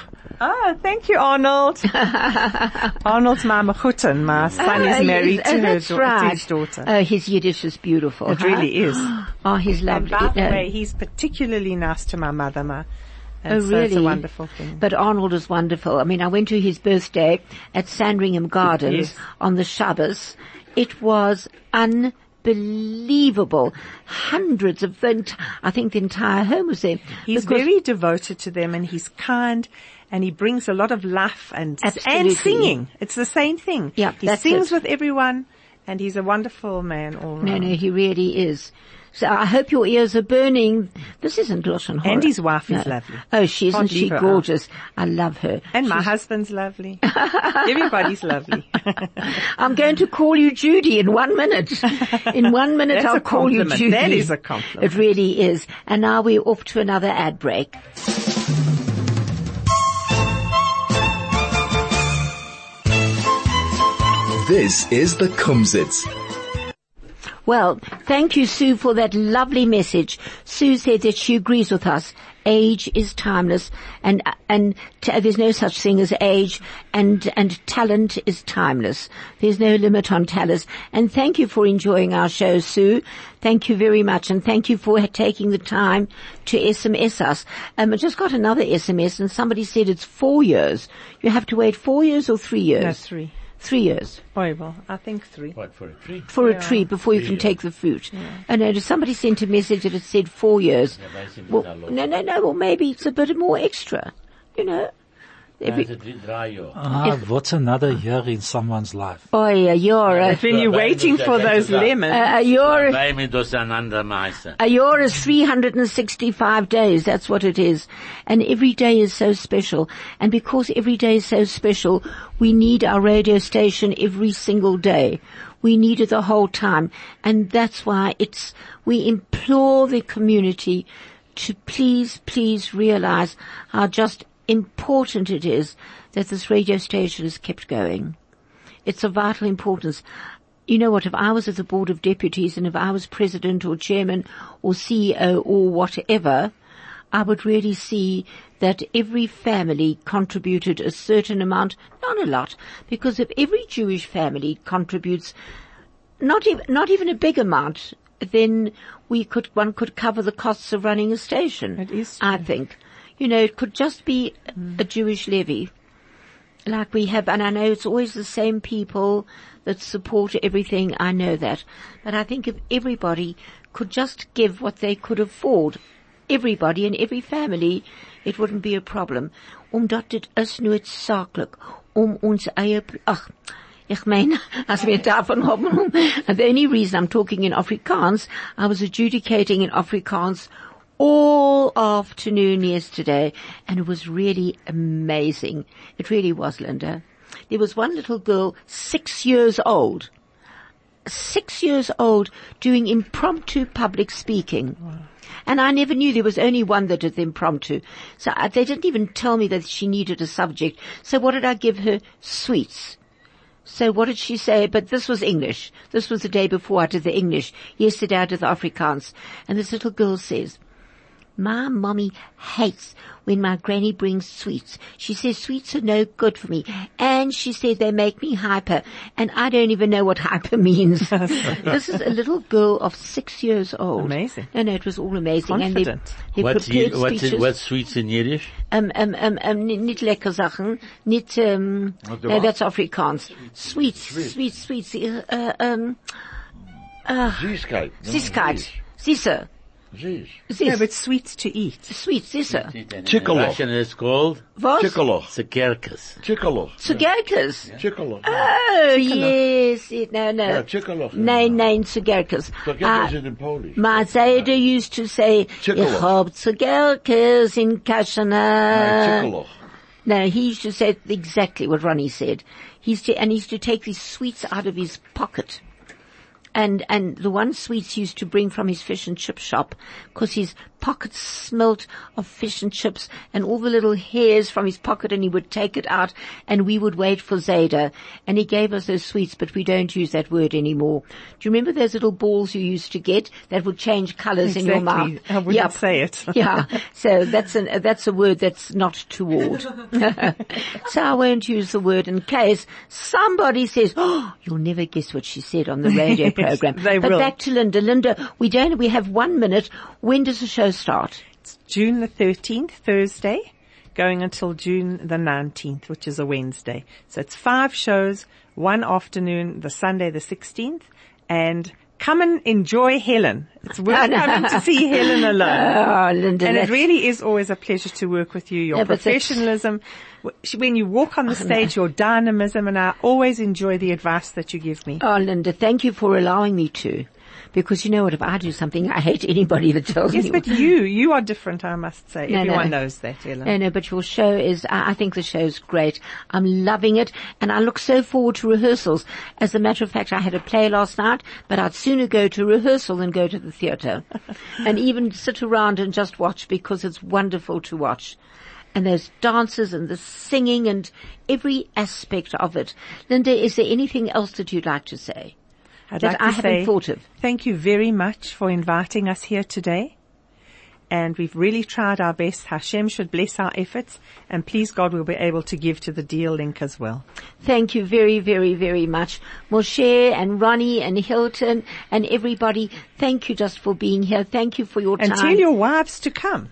Speaker 4: Oh, thank
Speaker 1: [LAUGHS]
Speaker 4: you, Arnold. Arnold's my Mechutin. My son
Speaker 1: Oh,
Speaker 4: is married
Speaker 1: yes.
Speaker 4: to
Speaker 1: Oh,
Speaker 4: her
Speaker 1: that's
Speaker 4: dau- to
Speaker 1: right.
Speaker 4: his daughter.
Speaker 1: Oh, his Yiddish is beautiful.
Speaker 4: it
Speaker 1: huh?
Speaker 4: really is.
Speaker 1: Oh, he's
Speaker 4: And
Speaker 1: lovely.
Speaker 4: by the
Speaker 1: No.
Speaker 4: way, he's particularly nice to my mother, ma. And
Speaker 1: Oh,
Speaker 4: so
Speaker 1: really?
Speaker 4: It's a wonderful thing.
Speaker 1: But Arnold is wonderful. I mean, I went to his birthday at Sandringham Gardens
Speaker 4: Yes.
Speaker 1: on the Shabbos. It was unbelievable. Hundreds of, the ent- I think the entire home was there.
Speaker 4: He's
Speaker 1: Because-
Speaker 4: very devoted to them, and he's kind, and he brings a lot of laugh and
Speaker 1: Absolutely.
Speaker 4: and singing. It's the same thing.
Speaker 1: Yeah,
Speaker 4: he
Speaker 1: that's
Speaker 4: sings
Speaker 1: it.
Speaker 4: with everyone, And he's a wonderful man all round.
Speaker 1: No, no, he really is. So I hope your ears are burning. This isn't Lawson Horror.
Speaker 4: And his wife is
Speaker 1: No.
Speaker 4: lovely.
Speaker 1: Oh, she isn't
Speaker 4: Can't
Speaker 1: she
Speaker 4: leave her out.
Speaker 1: gorgeous? I love her.
Speaker 4: And my
Speaker 1: [LAUGHS]
Speaker 4: husband's lovely. Everybody's lovely.
Speaker 1: I'm going to call you Judy in one
Speaker 4: [LAUGHS]
Speaker 1: minute. In one minute
Speaker 4: That's
Speaker 1: I'll
Speaker 4: a
Speaker 1: call you
Speaker 4: compliment.
Speaker 1: Judy.
Speaker 4: That is a compliment.
Speaker 1: It really is. And now we're off to another ad break.
Speaker 6: This is the Kumsitz.
Speaker 1: Well, thank you, Sue, for that lovely message. Sue said that she agrees with us. Age is timeless, and and t- there's no such thing as age, and and talent is timeless. There's no limit on talent. And thank you for enjoying our show, Sue. Thank you very much, and thank you for taking the time to SMS us. Um, I just got another SMS, and somebody said it's four years. You have to wait four years or three years.
Speaker 4: no, three.
Speaker 1: Three years
Speaker 4: Oh, well, I think three.
Speaker 2: What for a tree?
Speaker 1: for a tree before you can take the fruit. And uh, somebody sent a message that it said four years.
Speaker 2: but I see
Speaker 1: well,
Speaker 2: it's not
Speaker 1: no, no, no. Well, maybe it's a bit more extra. You know. Every,
Speaker 2: That's a tree, dry year.
Speaker 3: Ah, what's another year in someone's life?
Speaker 1: oh yeah, you're a,
Speaker 4: When you're
Speaker 2: Well,
Speaker 4: waiting
Speaker 2: that-
Speaker 4: for
Speaker 2: that-
Speaker 4: those
Speaker 2: that-
Speaker 4: lemons,
Speaker 1: a, a year.
Speaker 2: Bei mir das einander meißen.
Speaker 1: A year is 365 days. That's what it is. And every day is so special. And because every day is so special, we need our radio station every single day. We need it the whole time. And that's why it's, we implore the community to please, please realize how just important it is that this radio station is kept going. It's of vital importance. You know what, if I was at the Board of Deputies and if I was president or chairman or CEO or whatever, I would really see that every family contributed a certain amount, not a lot, because if every Jewish family contributes not even, not even a big amount, then we could, one could cover the costs of running a station.
Speaker 4: It is
Speaker 1: I think. You know, it could just be a Jewish levy like we have, and I know it's always the same people that support everything, I know that. But I think if everybody could just give what they could afford, everybody and every family, it wouldn't be a problem. Omdat dit is nooit saaklik om ons eie, pl- ach, Ich [LAUGHS] meine, als wir davon haben, the only reason I'm talking in Afrikaans, I was adjudicating in Afrikaans all afternoon yesterday and it was really amazing. It really was, Linda. There was one little girl, six years old, six years old doing impromptu public speaking. And I never knew there was only one that did the impromptu. So I, they didn't even tell me that she needed a subject. So what did I give her? Sweets. So what did she say? But this was English. This was the day before I did the English. Yesterday I did the Afrikaans. And this little girl says, my mommy hates when my granny brings sweets. She says sweets are no good for me. And she says they make me hyper. And I don't even know what [LAUGHS] hyper
Speaker 4: [LAUGHS]
Speaker 1: means. this is a little girl of six years old.
Speaker 4: Amazing.
Speaker 1: No, no, it was all amazing. And
Speaker 4: Confident.
Speaker 1: they, they
Speaker 2: What's,
Speaker 1: prepared
Speaker 2: Ye- what's,
Speaker 1: speeches.
Speaker 2: what's sweets in Yiddish?
Speaker 1: Um, um, um, um, ni- niet lekker zaken. Niet, um,
Speaker 7: Wat
Speaker 1: no,
Speaker 7: wat?
Speaker 1: that's Afrikaans. Sweets, sweets, sweets. Uh, uh, um,
Speaker 7: Süßkeit.
Speaker 1: Süßkeit. Süße.
Speaker 7: Süß.
Speaker 4: no,
Speaker 1: Süß.
Speaker 4: but sweets to eat.
Speaker 1: Sweet, süße.
Speaker 2: In
Speaker 7: Chikoloch.
Speaker 2: Russian it's called
Speaker 1: Was?
Speaker 7: Chikoloch.
Speaker 2: Zekerkas.
Speaker 7: Chikoloch.
Speaker 1: Sugarcas.
Speaker 7: Chikoloch.
Speaker 1: Oh, yes. it- No,
Speaker 7: Ja,
Speaker 1: no.
Speaker 7: Chikoloch.
Speaker 1: Nein, nein, Sugarcas. Ah,
Speaker 7: Forget it in Polish.
Speaker 1: My Zayda er used to say,
Speaker 7: Chikoloch.
Speaker 1: ich hab Sugarcas in Kashana.
Speaker 7: Chikoloch.
Speaker 1: No, he used to say exactly what Ronnie said. He used to, and he used to take these sweets out of his pocket. And, and the one sweets he used to bring from his fish and chip shop, cause his pocket smelt of fish and chips and all the little hairs from his pocket and he would take it out and we would wait for Zeta. And he gave us those sweets, but we don't use that word anymore. Do you remember those little balls you used to get that would change colors in your mouth?
Speaker 4: Exactly. I wouldn't
Speaker 1: Yep
Speaker 4: say it.
Speaker 1: [LAUGHS] yeah. So that's an, uh, that's a word that's not toward. [LAUGHS] so I won't use the word in case somebody says, oh, you'll never guess what she said on the
Speaker 4: [LAUGHS]
Speaker 1: radio program.
Speaker 4: they
Speaker 1: but
Speaker 4: will.
Speaker 1: back to Linda. Linda, we don't, we have one minute. When does the show start?
Speaker 4: June the 13th, Thursday, going until June the 19th, which is a Wednesday. So it's five shows, one afternoon, the Sunday the 16th, and Come and enjoy Helen. It's worth coming to see
Speaker 1: [LAUGHS]
Speaker 4: Helen alone.
Speaker 1: Oh, Linda,
Speaker 4: And it
Speaker 1: that's-
Speaker 4: really is always a pleasure to work with you. Your
Speaker 1: Yeah, but that's-
Speaker 4: professionalism, w- sh- when you walk on the stage, your dynamism, and I always enjoy the advice that you give me.
Speaker 1: oh, Linda, thank you for allowing me to. Because you know what, if I do something, I hate anybody that tells
Speaker 4: Yes,
Speaker 1: me.
Speaker 4: but you, you are different, I must say.
Speaker 1: No, no.
Speaker 4: Everyone knows that, Helen.
Speaker 1: No, no, but your show is, I I think the show's great. I'm loving it and I look so forward to rehearsals. As a matter of fact, I had a play last night, but I'd sooner go to rehearsal than go to the
Speaker 4: [LAUGHS]
Speaker 1: theatre and even sit around and just watch because it's wonderful to watch. And those dances and the singing and every aspect of it. Linda, is there anything else that you'd like to say?
Speaker 4: I'd
Speaker 1: that
Speaker 4: like
Speaker 1: I
Speaker 4: to
Speaker 1: haven't
Speaker 4: say
Speaker 1: thought of.
Speaker 4: Thank you very much for inviting us here today. And we've really tried our best. Hashem should bless our efforts. And please God, we'll be able to give to the deal link as well.
Speaker 1: Thank you very, very, very much. Moshe and Ronnie and Hilton and everybody, thank you just for being here. Thank you for your
Speaker 4: And
Speaker 1: time.
Speaker 4: tell your wives to come.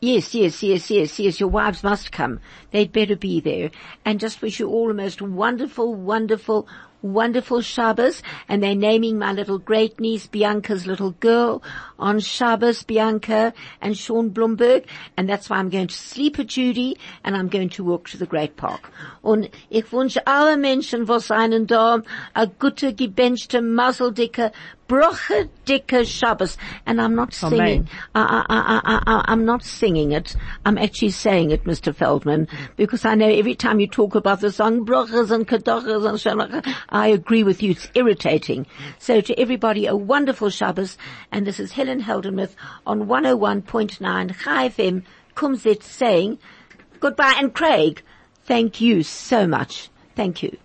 Speaker 1: yes, yes, yes, yes, yes. Your wives must come. They'd better be there. And just wish you all the most wonderful, wonderful, wonderful Shabbos. And they're naming my little great niece, Bianca's little girl, on Shabbos, Bianca and Sean Blumberg. And that's why I'm going to sleep at Judy and I'm going to walk to the Great Park. Und ich wünsche alle Menschen, was einen da, a gute, gebenchte, mazeldicke, broche, dicke Shabbos. And I'm not
Speaker 4: Amen.
Speaker 1: singing. I, I, I, I, I, I'm not singing it. I'm actually saying it, Mr. Feldman, because I know every time you talk about the song, brochas and kadochas and shalach, I agree with you. It's irritating. So to everybody, a wonderful Shabbos. And this is Helen Heldenmuth on 101.9 Chai FM, Kumzit saying goodbye. And Craig, thank you so much. Thank you.